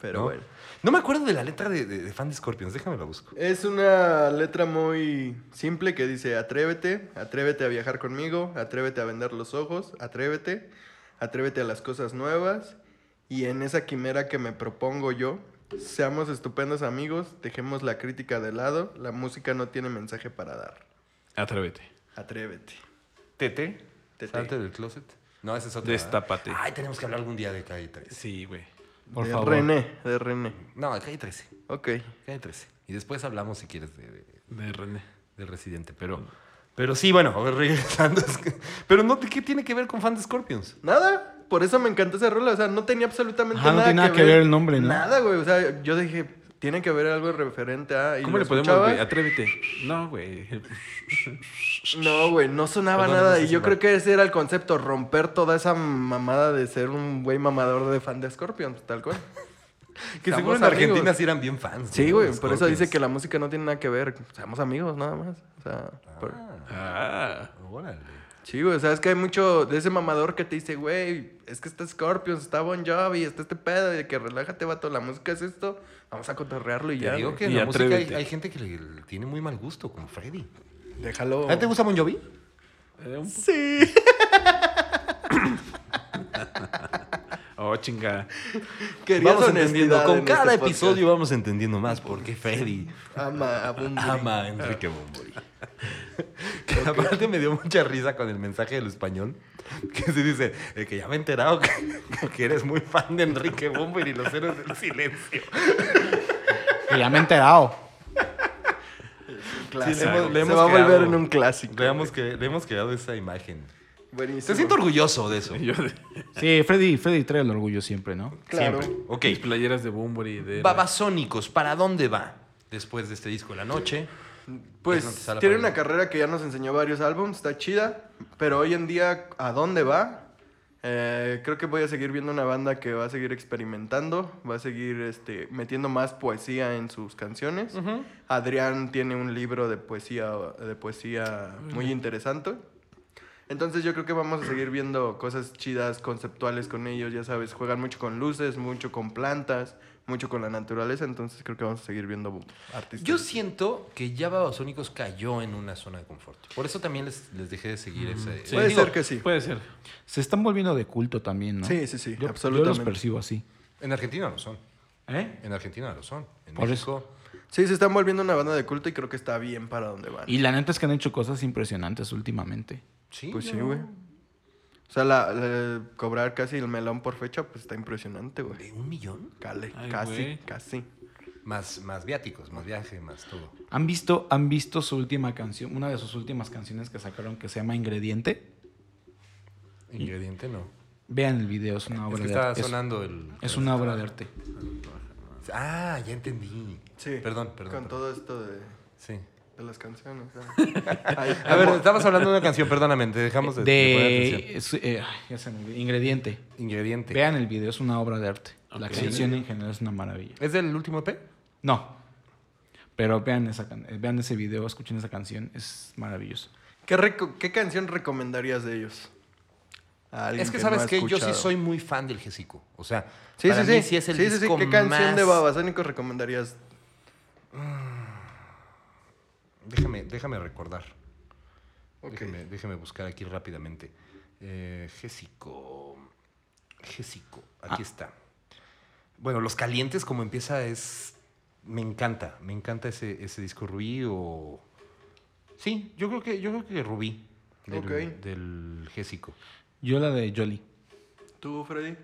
[SPEAKER 3] Pero
[SPEAKER 1] ¿no?
[SPEAKER 3] bueno.
[SPEAKER 1] No me acuerdo de la letra de, de- de Fan de Scorpions, déjame la busco.
[SPEAKER 3] Es una letra muy simple que dice: Atrévete, atrévete a viajar conmigo, atrévete a vender los ojos, atrévete, atrévete a las cosas nuevas. Y en esa quimera que me propongo yo, seamos estupendos amigos, dejemos la crítica de lado, la música no tiene mensaje para dar.
[SPEAKER 4] Atrévete.
[SPEAKER 3] Atrévete.
[SPEAKER 1] Tete.
[SPEAKER 3] Tete.
[SPEAKER 1] Salte del closet. No, ese es otro.
[SPEAKER 4] Destápate.
[SPEAKER 1] Ay, tenemos que hablar algún día de calle 13.
[SPEAKER 4] Sí, güey.
[SPEAKER 2] Por
[SPEAKER 3] de
[SPEAKER 2] favor.
[SPEAKER 3] René, de René.
[SPEAKER 1] No, de calle 13.
[SPEAKER 3] Ok.
[SPEAKER 1] Calle 13. Y después hablamos si quieres de, de-
[SPEAKER 4] De René.
[SPEAKER 1] del residente. Pero, pero sí, bueno, a ver, regresando. es que- Pero no, ¿qué tiene que ver con fan de Scorpions?
[SPEAKER 3] Nada, por eso me encantó esa rola. O sea, no tenía absolutamente
[SPEAKER 2] Ajá, no
[SPEAKER 3] nada,
[SPEAKER 2] tiene nada que ver el nombre, ¿no?
[SPEAKER 3] Nada, güey. O sea, yo dije, tiene que ver algo referente a. y
[SPEAKER 4] ¿Cómo
[SPEAKER 3] lo
[SPEAKER 4] le podemos,
[SPEAKER 3] escuchaba.
[SPEAKER 4] güey? Atrévete. No, güey.
[SPEAKER 3] No, güey, no sonaba
[SPEAKER 1] Perdón,
[SPEAKER 3] nada.
[SPEAKER 1] no sé
[SPEAKER 3] y
[SPEAKER 1] si
[SPEAKER 3] yo
[SPEAKER 1] va.
[SPEAKER 3] creo que ese era el concepto, romper toda esa mamada de ser un güey mamador de fan de Scorpion, tal cual.
[SPEAKER 1] Que
[SPEAKER 3] Estamos
[SPEAKER 1] seguro en
[SPEAKER 3] amigos.
[SPEAKER 1] Argentina sí eran bien fans.
[SPEAKER 3] Sí,
[SPEAKER 1] ¿no?
[SPEAKER 3] güey,
[SPEAKER 1] de
[SPEAKER 3] por eso dice
[SPEAKER 1] Scorpions.
[SPEAKER 3] que la música no tiene nada que ver. Seamos amigos, nada más. O sea, por-
[SPEAKER 4] Ah.
[SPEAKER 1] Órale.
[SPEAKER 3] Sí, güey, o sea, es que hay mucho de ese mamador que te dice, güey, es que está Scorpions, está Bon Jovi, está este pedo, y de que relájate, vato, la música es esto, vamos a cotorrearlo y
[SPEAKER 1] Te
[SPEAKER 3] ya.
[SPEAKER 1] digo
[SPEAKER 3] güey.
[SPEAKER 1] que en
[SPEAKER 4] Y
[SPEAKER 1] la música hay,
[SPEAKER 4] atrévete.
[SPEAKER 1] hay gente que le, le tiene muy mal gusto, como Freddy.
[SPEAKER 3] Déjalo.
[SPEAKER 1] ¿A ti Ah, te gusta Bon Jovi?
[SPEAKER 4] Eh, un-
[SPEAKER 3] Sí.
[SPEAKER 4] Oh, chinga.
[SPEAKER 3] Querías
[SPEAKER 1] vamos
[SPEAKER 3] honestidad
[SPEAKER 1] entendiendo. Con
[SPEAKER 3] en
[SPEAKER 1] cada
[SPEAKER 3] este podcast.
[SPEAKER 1] episodio vamos entendiendo más por qué Freddy
[SPEAKER 3] Ama a Bumburi.
[SPEAKER 1] ama a Enrique Bunbury. que aparte me dio mucha risa con el mensaje del español. Que se dice, "Eh, que ya me he enterado que, que eres muy fan de Enrique Bunbury y los héroes del silencio.
[SPEAKER 2] Que ya me he enterado.
[SPEAKER 3] Clásico.
[SPEAKER 1] Sí, le hemos- le
[SPEAKER 3] Se
[SPEAKER 1] hemos
[SPEAKER 3] va a volver
[SPEAKER 1] quedado-
[SPEAKER 3] en un clásico.
[SPEAKER 1] Le hemos, que, le hemos quedado esa imagen.
[SPEAKER 3] Buenísimo.
[SPEAKER 1] Te siento orgulloso de eso.
[SPEAKER 4] Yo de-
[SPEAKER 2] Sí, Freddy, Freddy trae el orgullo siempre, ¿no?
[SPEAKER 3] Claro.
[SPEAKER 1] Siempre. Ok.
[SPEAKER 4] Mis playeras de Bumburi. De
[SPEAKER 1] Babasónicos, ¿para dónde va después de este disco de la noche? Eso no te
[SPEAKER 3] Pues
[SPEAKER 1] sale
[SPEAKER 3] tiene
[SPEAKER 1] para
[SPEAKER 3] una carrera que ya nos enseñó varios álbumes, está chida, pero hoy en día, ¿a dónde va? Eh, creo que voy a seguir viendo una banda que va a seguir experimentando, va a seguir este, metiendo más poesía en sus canciones. Adrián tiene un libro de poesía, de poesía muy interesante. Entonces yo creo que vamos a seguir viendo cosas chidas, conceptuales con ellos, ya sabes, juegan mucho con luces, mucho con plantas, mucho con la naturaleza, entonces creo que vamos a seguir viendo artistas.
[SPEAKER 1] Yo siento que ya Babasónicos cayó en una zona de confort. Por eso también les, les dejé de seguir ese. eh,
[SPEAKER 4] sí.
[SPEAKER 3] Puede
[SPEAKER 1] Digo,
[SPEAKER 3] ser que sí.
[SPEAKER 4] Puede ser.
[SPEAKER 2] Se están volviendo de culto también, ¿no?
[SPEAKER 3] Sí, sí, sí,
[SPEAKER 2] Yo-
[SPEAKER 3] absolutamente.
[SPEAKER 2] Yo los percibo así.
[SPEAKER 1] En Argentina lo son.
[SPEAKER 2] ¿Eh?
[SPEAKER 1] En Argentina lo son. En
[SPEAKER 2] Por
[SPEAKER 1] México.
[SPEAKER 3] Sí, se están volviendo una banda de culto y creo que está bien para donde van.
[SPEAKER 2] Y la neta es que han hecho cosas impresionantes últimamente.
[SPEAKER 1] Sí.
[SPEAKER 3] Pues sí,
[SPEAKER 1] ¿no?
[SPEAKER 3] güey. O sea, la, la- cobrar casi el melón por fecha, pues está impresionante, güey.
[SPEAKER 1] De un millón.
[SPEAKER 3] Cale,
[SPEAKER 4] Ay,
[SPEAKER 3] casi,
[SPEAKER 4] güey.
[SPEAKER 3] casi.
[SPEAKER 1] Más, más viáticos, más viaje, más todo.
[SPEAKER 2] ¿Han visto, ¿Han visto su última canción, una de sus últimas canciones que sacaron que se llama Ingrediente?
[SPEAKER 1] Ingrediente no.
[SPEAKER 2] Vean el video, es una obra
[SPEAKER 1] Es que
[SPEAKER 2] de
[SPEAKER 1] estaba
[SPEAKER 2] arte. Es-
[SPEAKER 1] sonando el.
[SPEAKER 2] Es, una obra de arte.
[SPEAKER 1] Ah, ya entendí.
[SPEAKER 3] Sí.
[SPEAKER 1] Perdón, perdón.
[SPEAKER 3] Con
[SPEAKER 1] perdón.
[SPEAKER 3] todo esto de,
[SPEAKER 1] Sí.
[SPEAKER 3] de las canciones. ¿no? Ay,
[SPEAKER 1] A ver,
[SPEAKER 3] amo-
[SPEAKER 1] estabas hablando de una canción, perdóname, te dejamos de, de poner
[SPEAKER 2] De.
[SPEAKER 1] atención.
[SPEAKER 2] es- eh, ay, ya se me olvidó. Ingrediente.
[SPEAKER 1] Ingrediente.
[SPEAKER 2] Vean el video, es una obra de arte. La
[SPEAKER 4] Ok.
[SPEAKER 2] canción en general es una maravilla.
[SPEAKER 1] ¿Es del último EP?
[SPEAKER 2] No. Pero vean, esa can- eh, vean ese video, escuchen esa canción, es maravilloso.
[SPEAKER 3] ¿Qué, reco- qué canción recomendarías de ellos? A alguien
[SPEAKER 1] Es que,
[SPEAKER 3] no
[SPEAKER 1] sabes
[SPEAKER 3] ha
[SPEAKER 1] que yo sí
[SPEAKER 3] escuchado.
[SPEAKER 1] soy muy fan del Jessico. O sea,
[SPEAKER 3] Sí,
[SPEAKER 1] para
[SPEAKER 3] sí,
[SPEAKER 1] mí
[SPEAKER 3] sí.
[SPEAKER 1] sí es el
[SPEAKER 3] sí, sí, sí.
[SPEAKER 1] disco
[SPEAKER 3] ¿Qué canción de
[SPEAKER 1] más-
[SPEAKER 3] Babasónicos recomendarías?
[SPEAKER 1] Déjame, déjame recordar.
[SPEAKER 3] Ok.
[SPEAKER 1] Déjame, déjame buscar aquí rápidamente. Eh, Jessico. Jessico. Aquí está. Bueno, Los Calientes, como empieza, es. Me encanta. Me encanta ese, ese disco Rubí o. Sí, yo creo que, yo creo que Rubí. Del,
[SPEAKER 3] Ok.
[SPEAKER 1] del Jessico.
[SPEAKER 2] Yo la de Jolly.
[SPEAKER 3] ¿Tú, Freddy?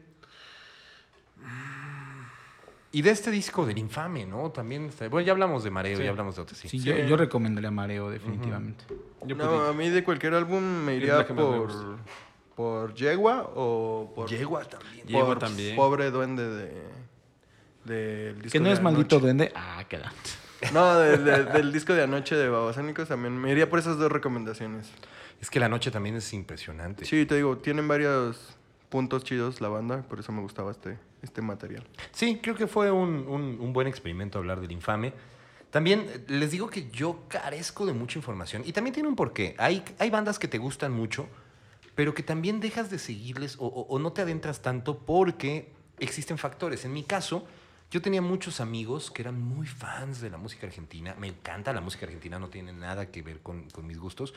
[SPEAKER 1] Y de este disco del infame, ¿no? También está- Bueno, ya hablamos de Mareo, ya hablamos de otro, sí.
[SPEAKER 2] Sí, Yo, yo recomendaría Mareo, definitivamente.
[SPEAKER 4] Yo
[SPEAKER 3] no,
[SPEAKER 4] putito.
[SPEAKER 3] a mí de cualquier álbum me
[SPEAKER 4] Es
[SPEAKER 3] iría
[SPEAKER 4] la que más me
[SPEAKER 3] por,
[SPEAKER 4] gusta.
[SPEAKER 3] por Yegua o por,
[SPEAKER 1] Yegua también.
[SPEAKER 4] Yegua
[SPEAKER 3] por
[SPEAKER 4] también.
[SPEAKER 3] Pobre Duende de, del disco
[SPEAKER 2] Que no
[SPEAKER 3] de
[SPEAKER 2] es maldito
[SPEAKER 3] Anoche.
[SPEAKER 2] duende. Ah, qué la-
[SPEAKER 3] No, de- de- del disco de anoche de Babasónicos también. Me iría por esas dos recomendaciones.
[SPEAKER 1] Es que la noche también es impresionante.
[SPEAKER 3] Sí, te digo, tienen varios puntos chidos la banda, por eso me gustaba este, este material.
[SPEAKER 1] Sí, creo que fue un, un- un buen experimento hablar del infame. También eh, les digo que yo carezco de mucha información. Y también tiene un porqué. Hay, hay bandas que te gustan mucho, pero que también dejas de seguirles o, o- o no te adentras tanto porque existen factores. En mi caso, yo tenía muchos amigos que eran muy fans de la música argentina. Me encanta la música argentina, no tiene nada que ver con, con mis gustos.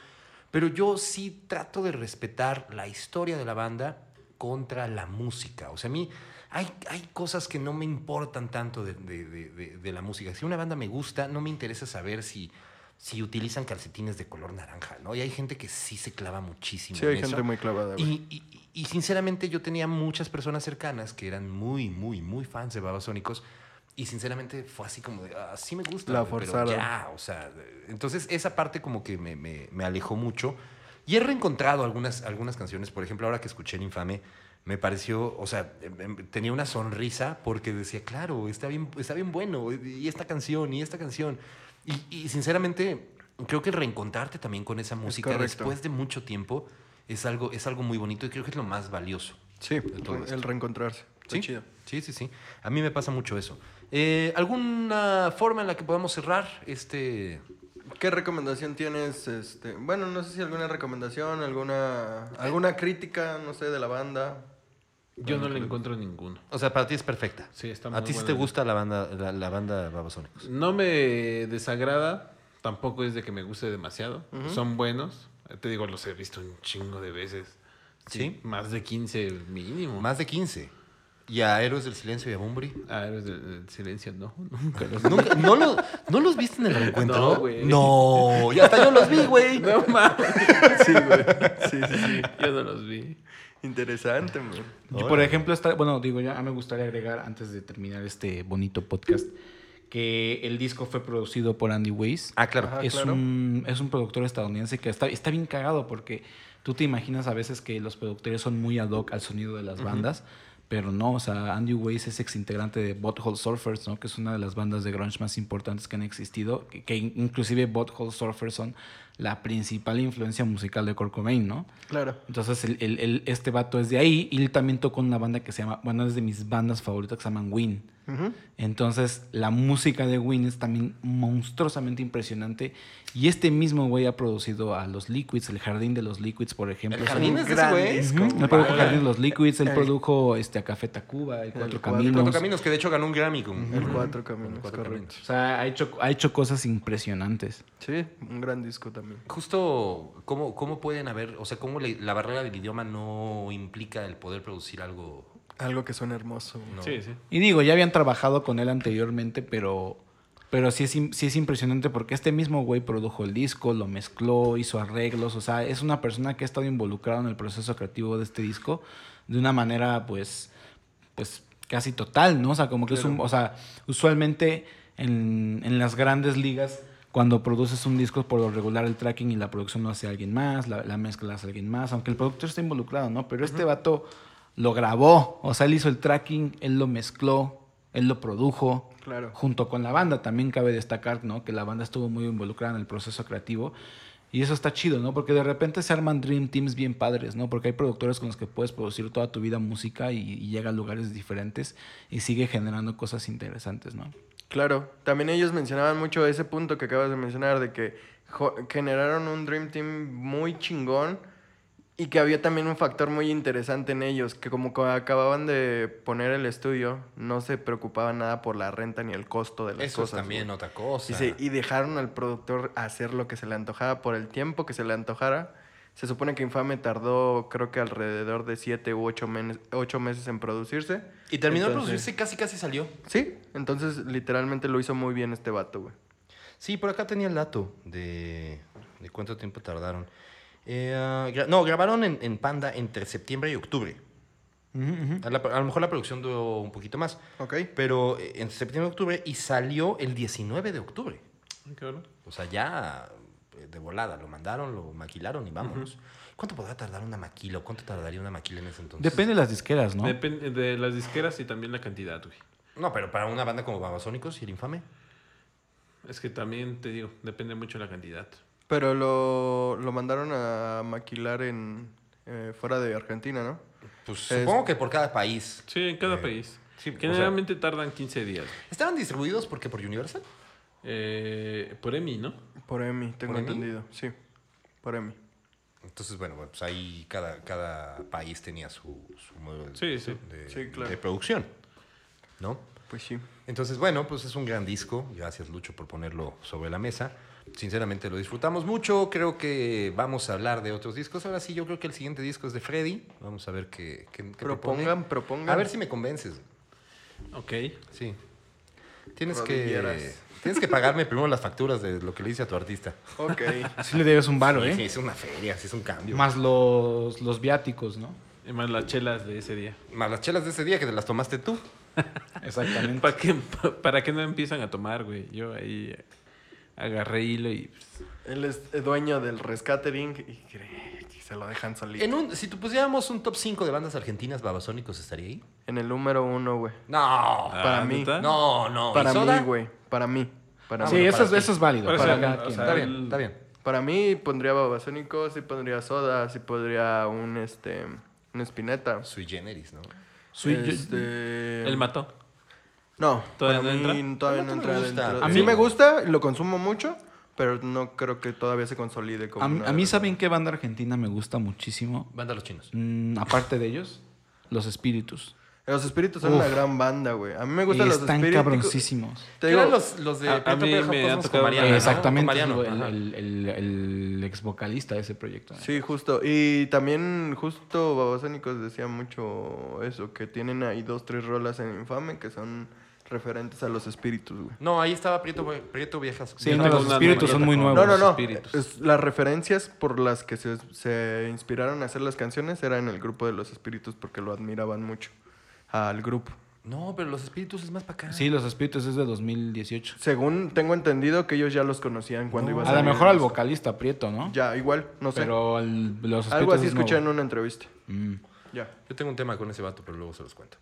[SPEAKER 1] Pero yo sí trato de respetar la historia de la banda contra la música. O sea, a mí hay, hay cosas que no me importan tanto de, de- de- de- de la música. Si una banda me gusta, no me interesa saber si, si utilizan calcetines de color naranja, ¿no? Y hay gente que sí se clava muchísimo.
[SPEAKER 3] Sí, hay
[SPEAKER 1] en eso.
[SPEAKER 3] gente muy clavada. güey.
[SPEAKER 1] Y, y- y sinceramente yo tenía muchas personas cercanas que eran muy, muy, muy fans de Babasónicos. Y sinceramente fue así como de, "Ah, sí me gusta.
[SPEAKER 3] La
[SPEAKER 1] güey, pero
[SPEAKER 3] forzaron.
[SPEAKER 1] ya, Ah, o sea, de- entonces esa parte como que me, me- me alejó mucho. Y he reencontrado algunas, algunas canciones. Por ejemplo, ahora que escuché El Infame, me pareció, o sea, em, em, tenía una sonrisa porque decía, claro, está bien, está bien bueno. Y esta canción, y esta canción. Y, y sinceramente creo que reencontrarte también con esa música
[SPEAKER 3] correcto.
[SPEAKER 1] después de mucho tiempo es algo, es algo muy bonito y creo que es lo más valioso.
[SPEAKER 3] Sí,
[SPEAKER 1] todo
[SPEAKER 3] el
[SPEAKER 1] esto.
[SPEAKER 3] reencontrarse. Está
[SPEAKER 1] ¿Sí?
[SPEAKER 3] chido.
[SPEAKER 1] Sí, sí, sí. A mí me pasa mucho eso. Eh, ¿Alguna forma en la que podamos cerrar este...
[SPEAKER 3] ¿Qué recomendación tienes? Este, bueno, no sé si alguna recomendación, alguna alguna crítica, no sé, de la banda.
[SPEAKER 4] Yo no le encuentro ninguno.
[SPEAKER 1] O sea, para ti es perfecta.
[SPEAKER 4] Sí, está
[SPEAKER 1] A
[SPEAKER 4] muy
[SPEAKER 1] ti sí
[SPEAKER 4] buena.
[SPEAKER 1] te gusta la banda, la, la banda Babasónicos.
[SPEAKER 4] No me desagrada, tampoco es de que me guste demasiado. Son buenos. Te digo, los he visto un chingo de veces.
[SPEAKER 1] Sí.
[SPEAKER 4] Más de 15 mínimo.
[SPEAKER 1] Más de 15. Y a Héroes del Silencio y a Bumburi.
[SPEAKER 4] Ah, Héroes del del silencio, no, nunca los
[SPEAKER 1] ¿Nunca- ¿No, lo- ¿No los viste en el reencuentro?
[SPEAKER 4] No, güey.
[SPEAKER 1] No, y hasta yo los vi, güey.
[SPEAKER 4] No mames.
[SPEAKER 3] Sí, güey. Sí, sí, sí.
[SPEAKER 4] Yo no los vi.
[SPEAKER 3] Interesante, man.
[SPEAKER 2] Yo, por ejemplo, está, bueno, digo, ya me gustaría agregar antes de terminar este bonito podcast que el disco fue producido por Andy Weiss.
[SPEAKER 1] Ah, claro.
[SPEAKER 3] Ajá.
[SPEAKER 2] es,
[SPEAKER 3] claro.
[SPEAKER 2] un, es un productor estadounidense que está, está bien cagado porque tú te imaginas a veces que los productores son muy ad hoc al sonido de las bandas, pero no, o sea, Andy Weiss es exintegrante de Butthole Surfers, ¿no? que es una de las bandas de grunge más importantes que han existido, que, que in- inclusive Butthole Surfers son la principal influencia musical de Kurt Cobain, ¿no?
[SPEAKER 3] Claro.
[SPEAKER 2] Entonces, el, el- el- este vato es de ahí y él también tocó en una banda que se llama, bueno, es de mis bandas favoritas que se llaman Win.
[SPEAKER 3] Ujú.
[SPEAKER 2] Entonces, la música de Win es también monstruosamente impresionante. Y este mismo güey ha producido a los Liquids, el Jardín de los Liquids, por ejemplo.
[SPEAKER 1] ¿El
[SPEAKER 2] Es
[SPEAKER 1] Jardín
[SPEAKER 2] un-
[SPEAKER 1] es de ese
[SPEAKER 3] gran
[SPEAKER 1] güey?
[SPEAKER 3] disco,
[SPEAKER 2] Ujú,
[SPEAKER 3] güey.
[SPEAKER 2] él produjo Jardín de los Liquids, él
[SPEAKER 3] El-
[SPEAKER 2] produjo este, a Café Tacuba, el Cuatro
[SPEAKER 3] Cuatro-
[SPEAKER 2] Caminos.
[SPEAKER 1] Cuatro Caminos, que de hecho ganó un Grammy con...
[SPEAKER 3] El Cuatro
[SPEAKER 1] con
[SPEAKER 3] Caminos,
[SPEAKER 1] Cuatro
[SPEAKER 3] correcto.
[SPEAKER 1] Caminos.
[SPEAKER 2] O sea, ha hecho, ha hecho cosas impresionantes.
[SPEAKER 3] Sí, un gran disco también.
[SPEAKER 1] Justo, ¿cómo, cómo pueden haber, o sea, cómo le- la barrera del idioma no implica el poder producir algo?
[SPEAKER 3] Algo que suena hermoso. güey.
[SPEAKER 1] ¿no?
[SPEAKER 4] Sí, sí.
[SPEAKER 2] Y digo, ya habían trabajado con él anteriormente, pero, pero sí, es, im- sí es impresionante porque este mismo güey produjo el disco, lo mezcló, hizo arreglos, o sea, es una persona que ha estado involucrada en el proceso creativo de este disco de una manera, pues, pues casi total, ¿no? O sea, como que es un, o sea, usualmente en, en las grandes ligas, cuando produces un disco, por lo regular el tracking y la producción lo hace alguien más, la, la mezcla la hace alguien más, aunque el productor está involucrado, ¿no? Pero este vato lo grabó, o sea, él hizo el tracking, él lo mezcló, él lo produjo
[SPEAKER 3] Claro.
[SPEAKER 2] junto con la banda. También cabe destacar ¿no? que la banda estuvo muy involucrada en el proceso creativo. Y eso está chido, ¿no? Porque de repente se arman Dream Teams bien padres, ¿no? Porque hay productores con los que puedes producir toda tu vida música y, y llega a lugares diferentes y sigue generando cosas interesantes, ¿no?
[SPEAKER 3] Claro, también ellos mencionaban mucho ese punto que acabas de mencionar, de que jo- generaron un Dream Team muy chingón y que había también un factor muy interesante en ellos, que como co- acababan de poner el estudio, no se preocupaban nada por la renta ni el costo de las
[SPEAKER 1] Eso es
[SPEAKER 3] cosas.
[SPEAKER 1] también
[SPEAKER 3] güey.
[SPEAKER 1] otra cosa.
[SPEAKER 3] Dice, y dejaron al productor hacer lo que se le antojaba por el tiempo que se le antojara. Se supone que Infame tardó, creo que alrededor de siete u ocho, men- ocho meses en producirse.
[SPEAKER 1] Y terminó de
[SPEAKER 3] Entonces-
[SPEAKER 1] producirse, casi casi salió.
[SPEAKER 3] Sí, entonces literalmente lo hizo muy bien este vato, güey.
[SPEAKER 1] Sí, por acá tenía el dato de, de cuánto tiempo tardaron. Eh, ah, gra- no, grabaron en, en Panda entre septiembre y octubre. A, la- a lo mejor la producción duró un poquito más.
[SPEAKER 3] Ok.
[SPEAKER 1] Pero eh, entre septiembre y octubre y salió el 19 de octubre.
[SPEAKER 4] Ay, cabrón.
[SPEAKER 1] O sea, ya eh, de volada. Lo mandaron, lo maquilaron y vámonos. ¿Cuánto podrá tardar una maquila o cuánto tardaría una maquila en ese entonces?
[SPEAKER 2] Depende de las disqueras, ¿no?
[SPEAKER 4] Depende de las disqueras y también la cantidad, güey.
[SPEAKER 1] No, pero para una banda como Babasónicos y el infame.
[SPEAKER 4] Es que también te digo, depende mucho de la cantidad.
[SPEAKER 3] Pero lo, lo mandaron a maquilar en eh, fuera de Argentina, ¿no?
[SPEAKER 1] Pues
[SPEAKER 3] Es-
[SPEAKER 1] supongo que por cada país.
[SPEAKER 4] Sí, en cada
[SPEAKER 1] Eh,
[SPEAKER 4] país.
[SPEAKER 1] sí, o sea-
[SPEAKER 4] Generalmente tardan 15 días. güey.
[SPEAKER 1] ¿Estaban distribuidos porque por Universal?
[SPEAKER 4] Eh, por EMI, ¿no?
[SPEAKER 3] Por EMI, tengo
[SPEAKER 1] ¿Por EMI?
[SPEAKER 3] entendido. Sí, por EMI.
[SPEAKER 1] Entonces, bueno, pues ahí cada, cada país tenía su, su modelo de,
[SPEAKER 4] Sí, sí.
[SPEAKER 1] de-
[SPEAKER 3] Sí, claro.
[SPEAKER 1] de producción, ¿no?
[SPEAKER 3] Pues sí.
[SPEAKER 1] Entonces, bueno, pues es un gran disco. Gracias, Lucho, por ponerlo sobre la mesa. Sinceramente, lo disfrutamos mucho. Creo que vamos a hablar de otros discos. Ahora sí, yo creo que el siguiente disco es de Freddy. Vamos a ver qué, qué- qué
[SPEAKER 3] Propongan,
[SPEAKER 1] propone.
[SPEAKER 3] propongan.
[SPEAKER 1] A ver si me convences.
[SPEAKER 4] Ok.
[SPEAKER 1] Sí. Tienes que,
[SPEAKER 3] Rodilleras.
[SPEAKER 1] tienes que pagarme primero las facturas de lo que le hice a tu artista.
[SPEAKER 3] Ok.
[SPEAKER 2] Sí le debes un varo,
[SPEAKER 1] Sí,
[SPEAKER 2] ¿eh?
[SPEAKER 1] sí, es una feria, sí, es un cambio.
[SPEAKER 2] Más los, los viáticos, ¿no?
[SPEAKER 4] Y Más las chelas de ese día.
[SPEAKER 1] Más las chelas de ese día que te las tomaste tú.
[SPEAKER 2] Exactamente.
[SPEAKER 4] ¿Para qué, pa- ¿Para qué no empiezan a tomar, güey? Yo ahí agarré hilo y... pues,
[SPEAKER 3] Él es eh, dueño del rescatering y cree que se lo dejan solito.
[SPEAKER 1] En un, si tú pusiéramos un top 5 de bandas argentinas, Babasónicos estaría ahí.
[SPEAKER 3] En el número uno, güey.
[SPEAKER 1] No,
[SPEAKER 3] Para mí.
[SPEAKER 4] ah, ¿neta?
[SPEAKER 1] Ah, no, no.
[SPEAKER 3] Para
[SPEAKER 1] ¿Y Soda? Ah,
[SPEAKER 3] mí, güey. Para mí. Para
[SPEAKER 2] sí,
[SPEAKER 3] mí.
[SPEAKER 2] eso, es,
[SPEAKER 1] para ti.
[SPEAKER 2] eso es válido.
[SPEAKER 4] Por eso,
[SPEAKER 2] para cada
[SPEAKER 4] o
[SPEAKER 2] quien.
[SPEAKER 4] sea,
[SPEAKER 1] Está bien, está bien.
[SPEAKER 3] Para mí pondría Babasónico, sí pondría Soda, sí pondría un este un Spinetta.
[SPEAKER 1] Sui generis, ¿no?
[SPEAKER 2] Sui- yo-
[SPEAKER 3] Este,
[SPEAKER 4] Él mató.
[SPEAKER 3] No,
[SPEAKER 4] ¿Todavía
[SPEAKER 3] para
[SPEAKER 4] no
[SPEAKER 3] mí
[SPEAKER 4] entra?
[SPEAKER 3] todavía
[SPEAKER 1] No,
[SPEAKER 3] no
[SPEAKER 1] no
[SPEAKER 3] entra
[SPEAKER 1] me gusta.
[SPEAKER 3] dentro.
[SPEAKER 1] A
[SPEAKER 3] A
[SPEAKER 1] mí-
[SPEAKER 3] mí me gusta, lo consumo mucho, pero no creo que todavía se consolide como
[SPEAKER 2] a, mí-
[SPEAKER 3] una
[SPEAKER 2] a mí,
[SPEAKER 3] de-
[SPEAKER 2] ¿saben qué banda argentina me gusta muchísimo?
[SPEAKER 1] Banda Los Chinos.
[SPEAKER 2] Mm, aparte de ellos, Los Espíritus.
[SPEAKER 3] Los Espíritus son
[SPEAKER 2] Uf.
[SPEAKER 3] una gran banda, güey. A mí me gustan los
[SPEAKER 2] Están
[SPEAKER 3] Espíritus.
[SPEAKER 2] cabroncísimos.
[SPEAKER 3] Te
[SPEAKER 1] ¿Qué eran
[SPEAKER 3] digo,
[SPEAKER 1] los, los de
[SPEAKER 4] a- a
[SPEAKER 1] Pietro
[SPEAKER 4] mí
[SPEAKER 1] Peja
[SPEAKER 4] me
[SPEAKER 1] Cosmos
[SPEAKER 4] ha
[SPEAKER 1] con
[SPEAKER 4] tocado-
[SPEAKER 1] Mariana, ¿no? Con
[SPEAKER 2] Exactamente.
[SPEAKER 1] Mariano,
[SPEAKER 2] el,
[SPEAKER 1] ajá.
[SPEAKER 2] el, el- el ex vocalista de ese proyecto. ¿eh?
[SPEAKER 3] Sí, justo. Y también justo Babasónicos decía mucho eso, que tienen ahí dos, tres rolas en Infame que son referentes a los Espíritus, güey.
[SPEAKER 1] No, ahí estaba Prieto, Prieto Viejas.
[SPEAKER 2] Sí,
[SPEAKER 1] Viejas
[SPEAKER 2] no, los
[SPEAKER 1] Cosmos.
[SPEAKER 2] espíritus son muy
[SPEAKER 4] con-
[SPEAKER 2] nuevos.
[SPEAKER 3] No, no, no.
[SPEAKER 4] Espíritus.
[SPEAKER 3] Es- las referencias por las que se, se inspiraron a hacer las canciones era en el grupo de los espíritus porque lo admiraban mucho al grupo.
[SPEAKER 1] No, pero Los Espíritus es más para acá.
[SPEAKER 2] Sí, Los Espíritus es de 2018.
[SPEAKER 3] Según tengo entendido que ellos ya los conocían cuando iba a
[SPEAKER 2] A lo
[SPEAKER 3] salir
[SPEAKER 2] mejor
[SPEAKER 3] el
[SPEAKER 2] al
[SPEAKER 3] disco.
[SPEAKER 2] vocalista Prieto, ¿no?
[SPEAKER 3] Pues Ya, igual, no sé.
[SPEAKER 2] Pero el- Los Espíritus
[SPEAKER 3] Algo así
[SPEAKER 2] es
[SPEAKER 3] escuché en
[SPEAKER 2] nuevo.
[SPEAKER 3] una entrevista.
[SPEAKER 2] Mm.
[SPEAKER 3] Ya.
[SPEAKER 1] Yo tengo un tema con ese vato, pero luego se los cuento.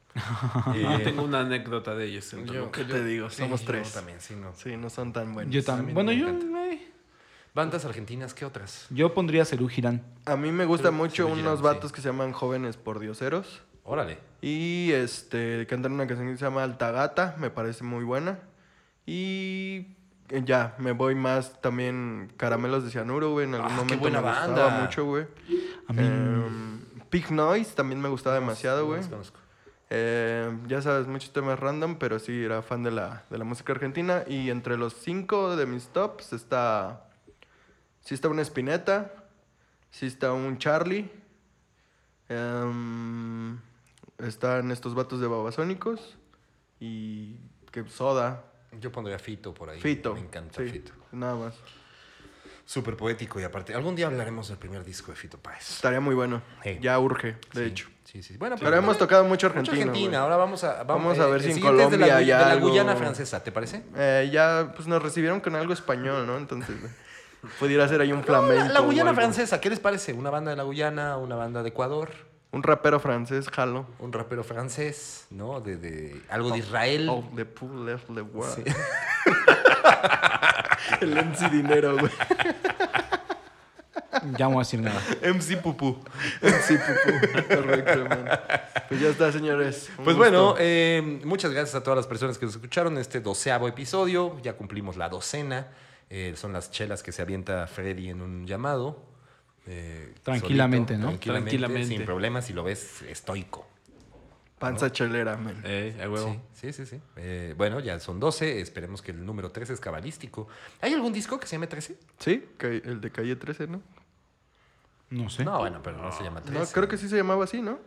[SPEAKER 4] Yo tengo una anécdota de ellos. en
[SPEAKER 1] Yo-
[SPEAKER 4] Toluca.
[SPEAKER 3] ¿Qué te digo?
[SPEAKER 1] Sí,
[SPEAKER 3] Somos
[SPEAKER 1] yo
[SPEAKER 3] tres.
[SPEAKER 1] también, sí, no.
[SPEAKER 3] Sí, no son tan buenos.
[SPEAKER 2] Yo también.
[SPEAKER 1] a
[SPEAKER 2] Bueno,
[SPEAKER 1] mí me
[SPEAKER 2] yo,
[SPEAKER 1] encanta.
[SPEAKER 2] eh,
[SPEAKER 1] Bandas argentinas, ¿qué otras?
[SPEAKER 2] yo pondría Cerú Girán.
[SPEAKER 3] A mí me gusta
[SPEAKER 1] Pero-
[SPEAKER 3] mucho
[SPEAKER 1] se lo
[SPEAKER 3] unos
[SPEAKER 1] llevan,
[SPEAKER 3] vatos
[SPEAKER 1] sí.
[SPEAKER 3] que se llaman Jóvenes por Dioseros.
[SPEAKER 1] Órale.
[SPEAKER 3] Y este, cantan una canción que se llama Altagata, me parece muy buena. Y eh, ya, me voy más también Caramelos de Cianuro, güey. En algún
[SPEAKER 1] Ah, qué
[SPEAKER 3] momento
[SPEAKER 1] buena
[SPEAKER 3] me
[SPEAKER 1] banda.
[SPEAKER 3] gustaba mucho, güey.
[SPEAKER 2] A mí.
[SPEAKER 3] Em, Pig Noise también me gustaba demasiado,
[SPEAKER 1] No
[SPEAKER 3] güey.
[SPEAKER 1] los conozco.
[SPEAKER 3] Em, ya sabes, muchos temas random, pero sí era fan de la, de la música argentina. Y entre los cinco de mis tops está. Sí está una Spinetta. Sí está un Charlie. em, están estos vatos de babasónicos. Y. que Soda.
[SPEAKER 1] Yo pondría Fito por ahí.
[SPEAKER 3] Fito.
[SPEAKER 1] Me encanta
[SPEAKER 3] sí,
[SPEAKER 1] Fito.
[SPEAKER 3] Nada más.
[SPEAKER 1] Súper poético y aparte, algún día hablaremos del primer disco de Fito Páez.
[SPEAKER 3] Estaría muy bueno.
[SPEAKER 1] Sí.
[SPEAKER 3] Ya urge,
[SPEAKER 1] Sí,
[SPEAKER 3] de hecho.
[SPEAKER 1] Sí, sí. Bueno,
[SPEAKER 3] Pero hemos tocado mucho
[SPEAKER 1] mucho
[SPEAKER 3] Argentina.
[SPEAKER 1] Argentina.
[SPEAKER 3] güey.
[SPEAKER 1] Ahora vamos a,
[SPEAKER 3] Vamos a ver
[SPEAKER 1] el
[SPEAKER 3] si en
[SPEAKER 1] siguiente es
[SPEAKER 3] Colombia
[SPEAKER 1] de la,
[SPEAKER 3] hay
[SPEAKER 1] Gui- de la
[SPEAKER 3] algo.
[SPEAKER 1] Guyana francesa, ¿te parece?
[SPEAKER 3] Eh, ya, pues nos recibieron con algo español, ¿no? Entonces, pudiera ser ahí un
[SPEAKER 1] No,
[SPEAKER 3] flamenco.
[SPEAKER 1] la, la
[SPEAKER 3] o
[SPEAKER 1] Guyana
[SPEAKER 3] algo.
[SPEAKER 1] francesa, ¿qué les parece? ¿Una banda de la Guyana, una banda de Ecuador,
[SPEAKER 3] Un rapero francés, jalo.
[SPEAKER 1] un rapero francés, ¿no? De, de algo de Israel.
[SPEAKER 3] Oh, the poor left the world. El MC Dinero, güey.
[SPEAKER 2] Ya no voy a decir nada.
[SPEAKER 1] MC Pupú.
[SPEAKER 3] Sí, pupú. Correcto, man. Pues ya está, señores. Un
[SPEAKER 1] Pues
[SPEAKER 3] gusto.
[SPEAKER 1] bueno, eh, muchas gracias a todas las personas que nos escucharon este doceavo episodio. Ya cumplimos la docena. Eh, son las chelas que se avienta Freddy en un llamado. eh,
[SPEAKER 2] Tranquilamente, ¿no?
[SPEAKER 1] Tranquilamente,
[SPEAKER 4] Tranquilamente.
[SPEAKER 1] Sin problemas, si lo ves estoico.
[SPEAKER 3] Panza chelera, man.
[SPEAKER 4] Eh, a huevo.
[SPEAKER 1] Sí, sí, sí. sí. Eh, bueno, ya son 12. Esperemos que el número 13 es cabalístico. ¿Hay algún disco que se llame 13?
[SPEAKER 3] Sí, ca- el de calle 13, ¿no?
[SPEAKER 2] No sé.
[SPEAKER 1] No, bueno, pero no se llama 13.
[SPEAKER 3] No, creo que sí se llamaba así, ¿no?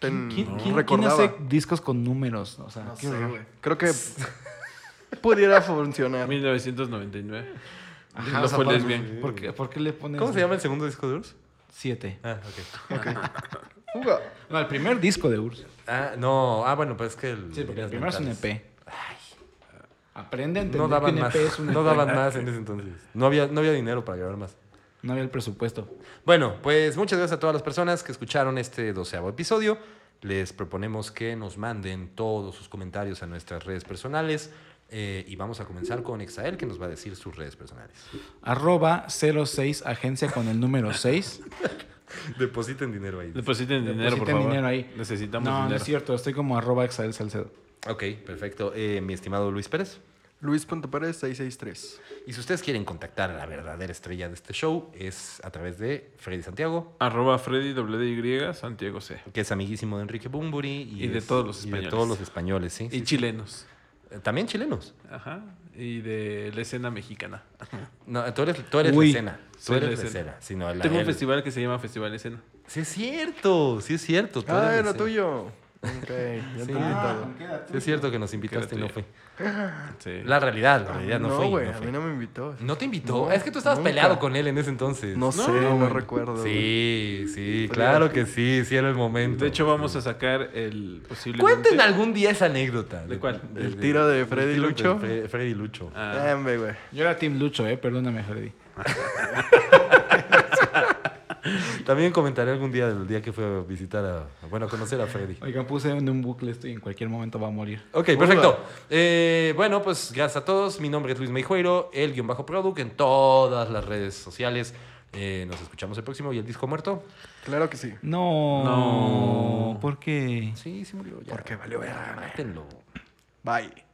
[SPEAKER 2] ¿Quién,
[SPEAKER 3] Ten-
[SPEAKER 2] quién- quién- quién
[SPEAKER 3] recordaba.
[SPEAKER 2] hace discos con números? O sea,
[SPEAKER 3] No
[SPEAKER 2] qué
[SPEAKER 3] sé,
[SPEAKER 2] horror.
[SPEAKER 3] güey. Creo que pudiera funcionar.
[SPEAKER 4] 1999.
[SPEAKER 2] Ajá,
[SPEAKER 4] no
[SPEAKER 2] o sea,
[SPEAKER 4] fue
[SPEAKER 2] para-
[SPEAKER 4] lesbian.
[SPEAKER 2] ¿por qué, por qué le pones
[SPEAKER 1] ¿Cómo se llama el segundo disco de Urs?
[SPEAKER 2] Siete.
[SPEAKER 1] Ah, ok.
[SPEAKER 3] Uga.
[SPEAKER 2] No, el primer disco de Urs.
[SPEAKER 1] Ah, no. Ah, bueno, pero es que el.
[SPEAKER 2] Sí, porque el
[SPEAKER 1] las
[SPEAKER 2] primero es un E
[SPEAKER 1] mentales.
[SPEAKER 2] EP. Aprende a entender
[SPEAKER 1] No
[SPEAKER 2] que
[SPEAKER 1] daban
[SPEAKER 2] un
[SPEAKER 1] más.
[SPEAKER 2] EP es un E
[SPEAKER 1] No
[SPEAKER 2] EP.
[SPEAKER 1] daban más en ese entonces. No había, no había dinero para grabar más.
[SPEAKER 2] No había el presupuesto.
[SPEAKER 1] Bueno, pues muchas gracias a todas las personas que escucharon este doceavo episodio. Les proponemos que nos manden todos sus comentarios a nuestras redes personales. eh, y vamos a comenzar con Exael, que nos va a decir sus redes personales.
[SPEAKER 2] Arroba 06 agencia con el número 6.
[SPEAKER 1] Depositen dinero ahí.
[SPEAKER 4] Depositen dinero, por
[SPEAKER 2] Depositen
[SPEAKER 4] favor.
[SPEAKER 2] dinero ahí.
[SPEAKER 4] Necesitamos
[SPEAKER 2] No,
[SPEAKER 4] dinero.
[SPEAKER 2] no es cierto. Estoy como arroba Exael Salcedo.
[SPEAKER 1] Ok, perfecto. Eh, mi estimado Luis Pérez.
[SPEAKER 3] Luis.paredes 663.
[SPEAKER 1] Y si ustedes quieren contactar a la verdadera estrella de este show, es a través de Freddy Santiago,
[SPEAKER 4] Arroba Freddy WY Santiago C.
[SPEAKER 1] que es amiguísimo de Enrique Bumburi. Y,
[SPEAKER 4] Y de
[SPEAKER 1] es-
[SPEAKER 4] todos los
[SPEAKER 1] y de
[SPEAKER 4] españoles.
[SPEAKER 1] todos los españoles, sí.
[SPEAKER 4] Y
[SPEAKER 1] sí, sí.
[SPEAKER 4] chilenos.
[SPEAKER 1] Eh, También chilenos.
[SPEAKER 4] Ajá. Y de la escena mexicana.
[SPEAKER 1] No, tú eres, tú eres
[SPEAKER 2] Uy,
[SPEAKER 1] la escena. Tú
[SPEAKER 4] soy
[SPEAKER 1] eres
[SPEAKER 4] la
[SPEAKER 1] la
[SPEAKER 4] escena.
[SPEAKER 1] escena. sino la-
[SPEAKER 4] Tengo un
[SPEAKER 1] el-
[SPEAKER 4] festival que se llama Festival Escena.
[SPEAKER 1] Sí es cierto, sí es cierto. tú eres
[SPEAKER 3] Ah,
[SPEAKER 1] la
[SPEAKER 3] era
[SPEAKER 1] escena.
[SPEAKER 3] tuyo. Ah, Ok,
[SPEAKER 1] Sí.
[SPEAKER 3] ya
[SPEAKER 1] Ah,
[SPEAKER 3] entendí todo.
[SPEAKER 1] Sí es cierto que nos invitaste y no
[SPEAKER 4] tuyo.
[SPEAKER 1] fue.
[SPEAKER 4] Sí.
[SPEAKER 1] La realidad, la realidad no, fue.
[SPEAKER 3] Ah, No,
[SPEAKER 1] y
[SPEAKER 3] güey,
[SPEAKER 1] no
[SPEAKER 3] a
[SPEAKER 1] fue.
[SPEAKER 3] mí no me invitó.
[SPEAKER 1] ¿No te invitó.
[SPEAKER 3] No,
[SPEAKER 1] es que tú estabas
[SPEAKER 3] nunca.
[SPEAKER 1] peleado con él en ese entonces.
[SPEAKER 3] No sé, no, recuerdo. güey.
[SPEAKER 1] Sí, sí, claro que sí, sí era el momento.
[SPEAKER 4] De hecho, vamos a sacar el posible.
[SPEAKER 1] Cuenten algún día esa anécdota.
[SPEAKER 4] ¿De cuál?
[SPEAKER 3] ¿El tiro de
[SPEAKER 1] del
[SPEAKER 3] Freddy
[SPEAKER 1] tiro de
[SPEAKER 3] Lucho?
[SPEAKER 1] Fre- Freddy Lucho.
[SPEAKER 3] Ah, hombre, güey.
[SPEAKER 2] Yo era Team Lucho, eh. Perdóname, Freddy.
[SPEAKER 1] También comentaré algún día del día que fue a visitar a. Bueno, a conocer a Freddy.
[SPEAKER 2] Oigan, puse en un bucle esto y en cualquier momento va a morir.
[SPEAKER 1] Ok, perfecto. Eh, bueno, pues gracias a todos. Mi nombre es Luis Meijueiro, el guión bajo product en todas las redes sociales. Eh, nos escuchamos el próximo. ¿Y el disco muerto?
[SPEAKER 3] Claro que sí.
[SPEAKER 2] No.
[SPEAKER 4] No.
[SPEAKER 2] ¿Por qué?
[SPEAKER 1] Sí, sí murió ya.
[SPEAKER 3] Porque valió verga, man.
[SPEAKER 1] Mátenlo.
[SPEAKER 3] Bye.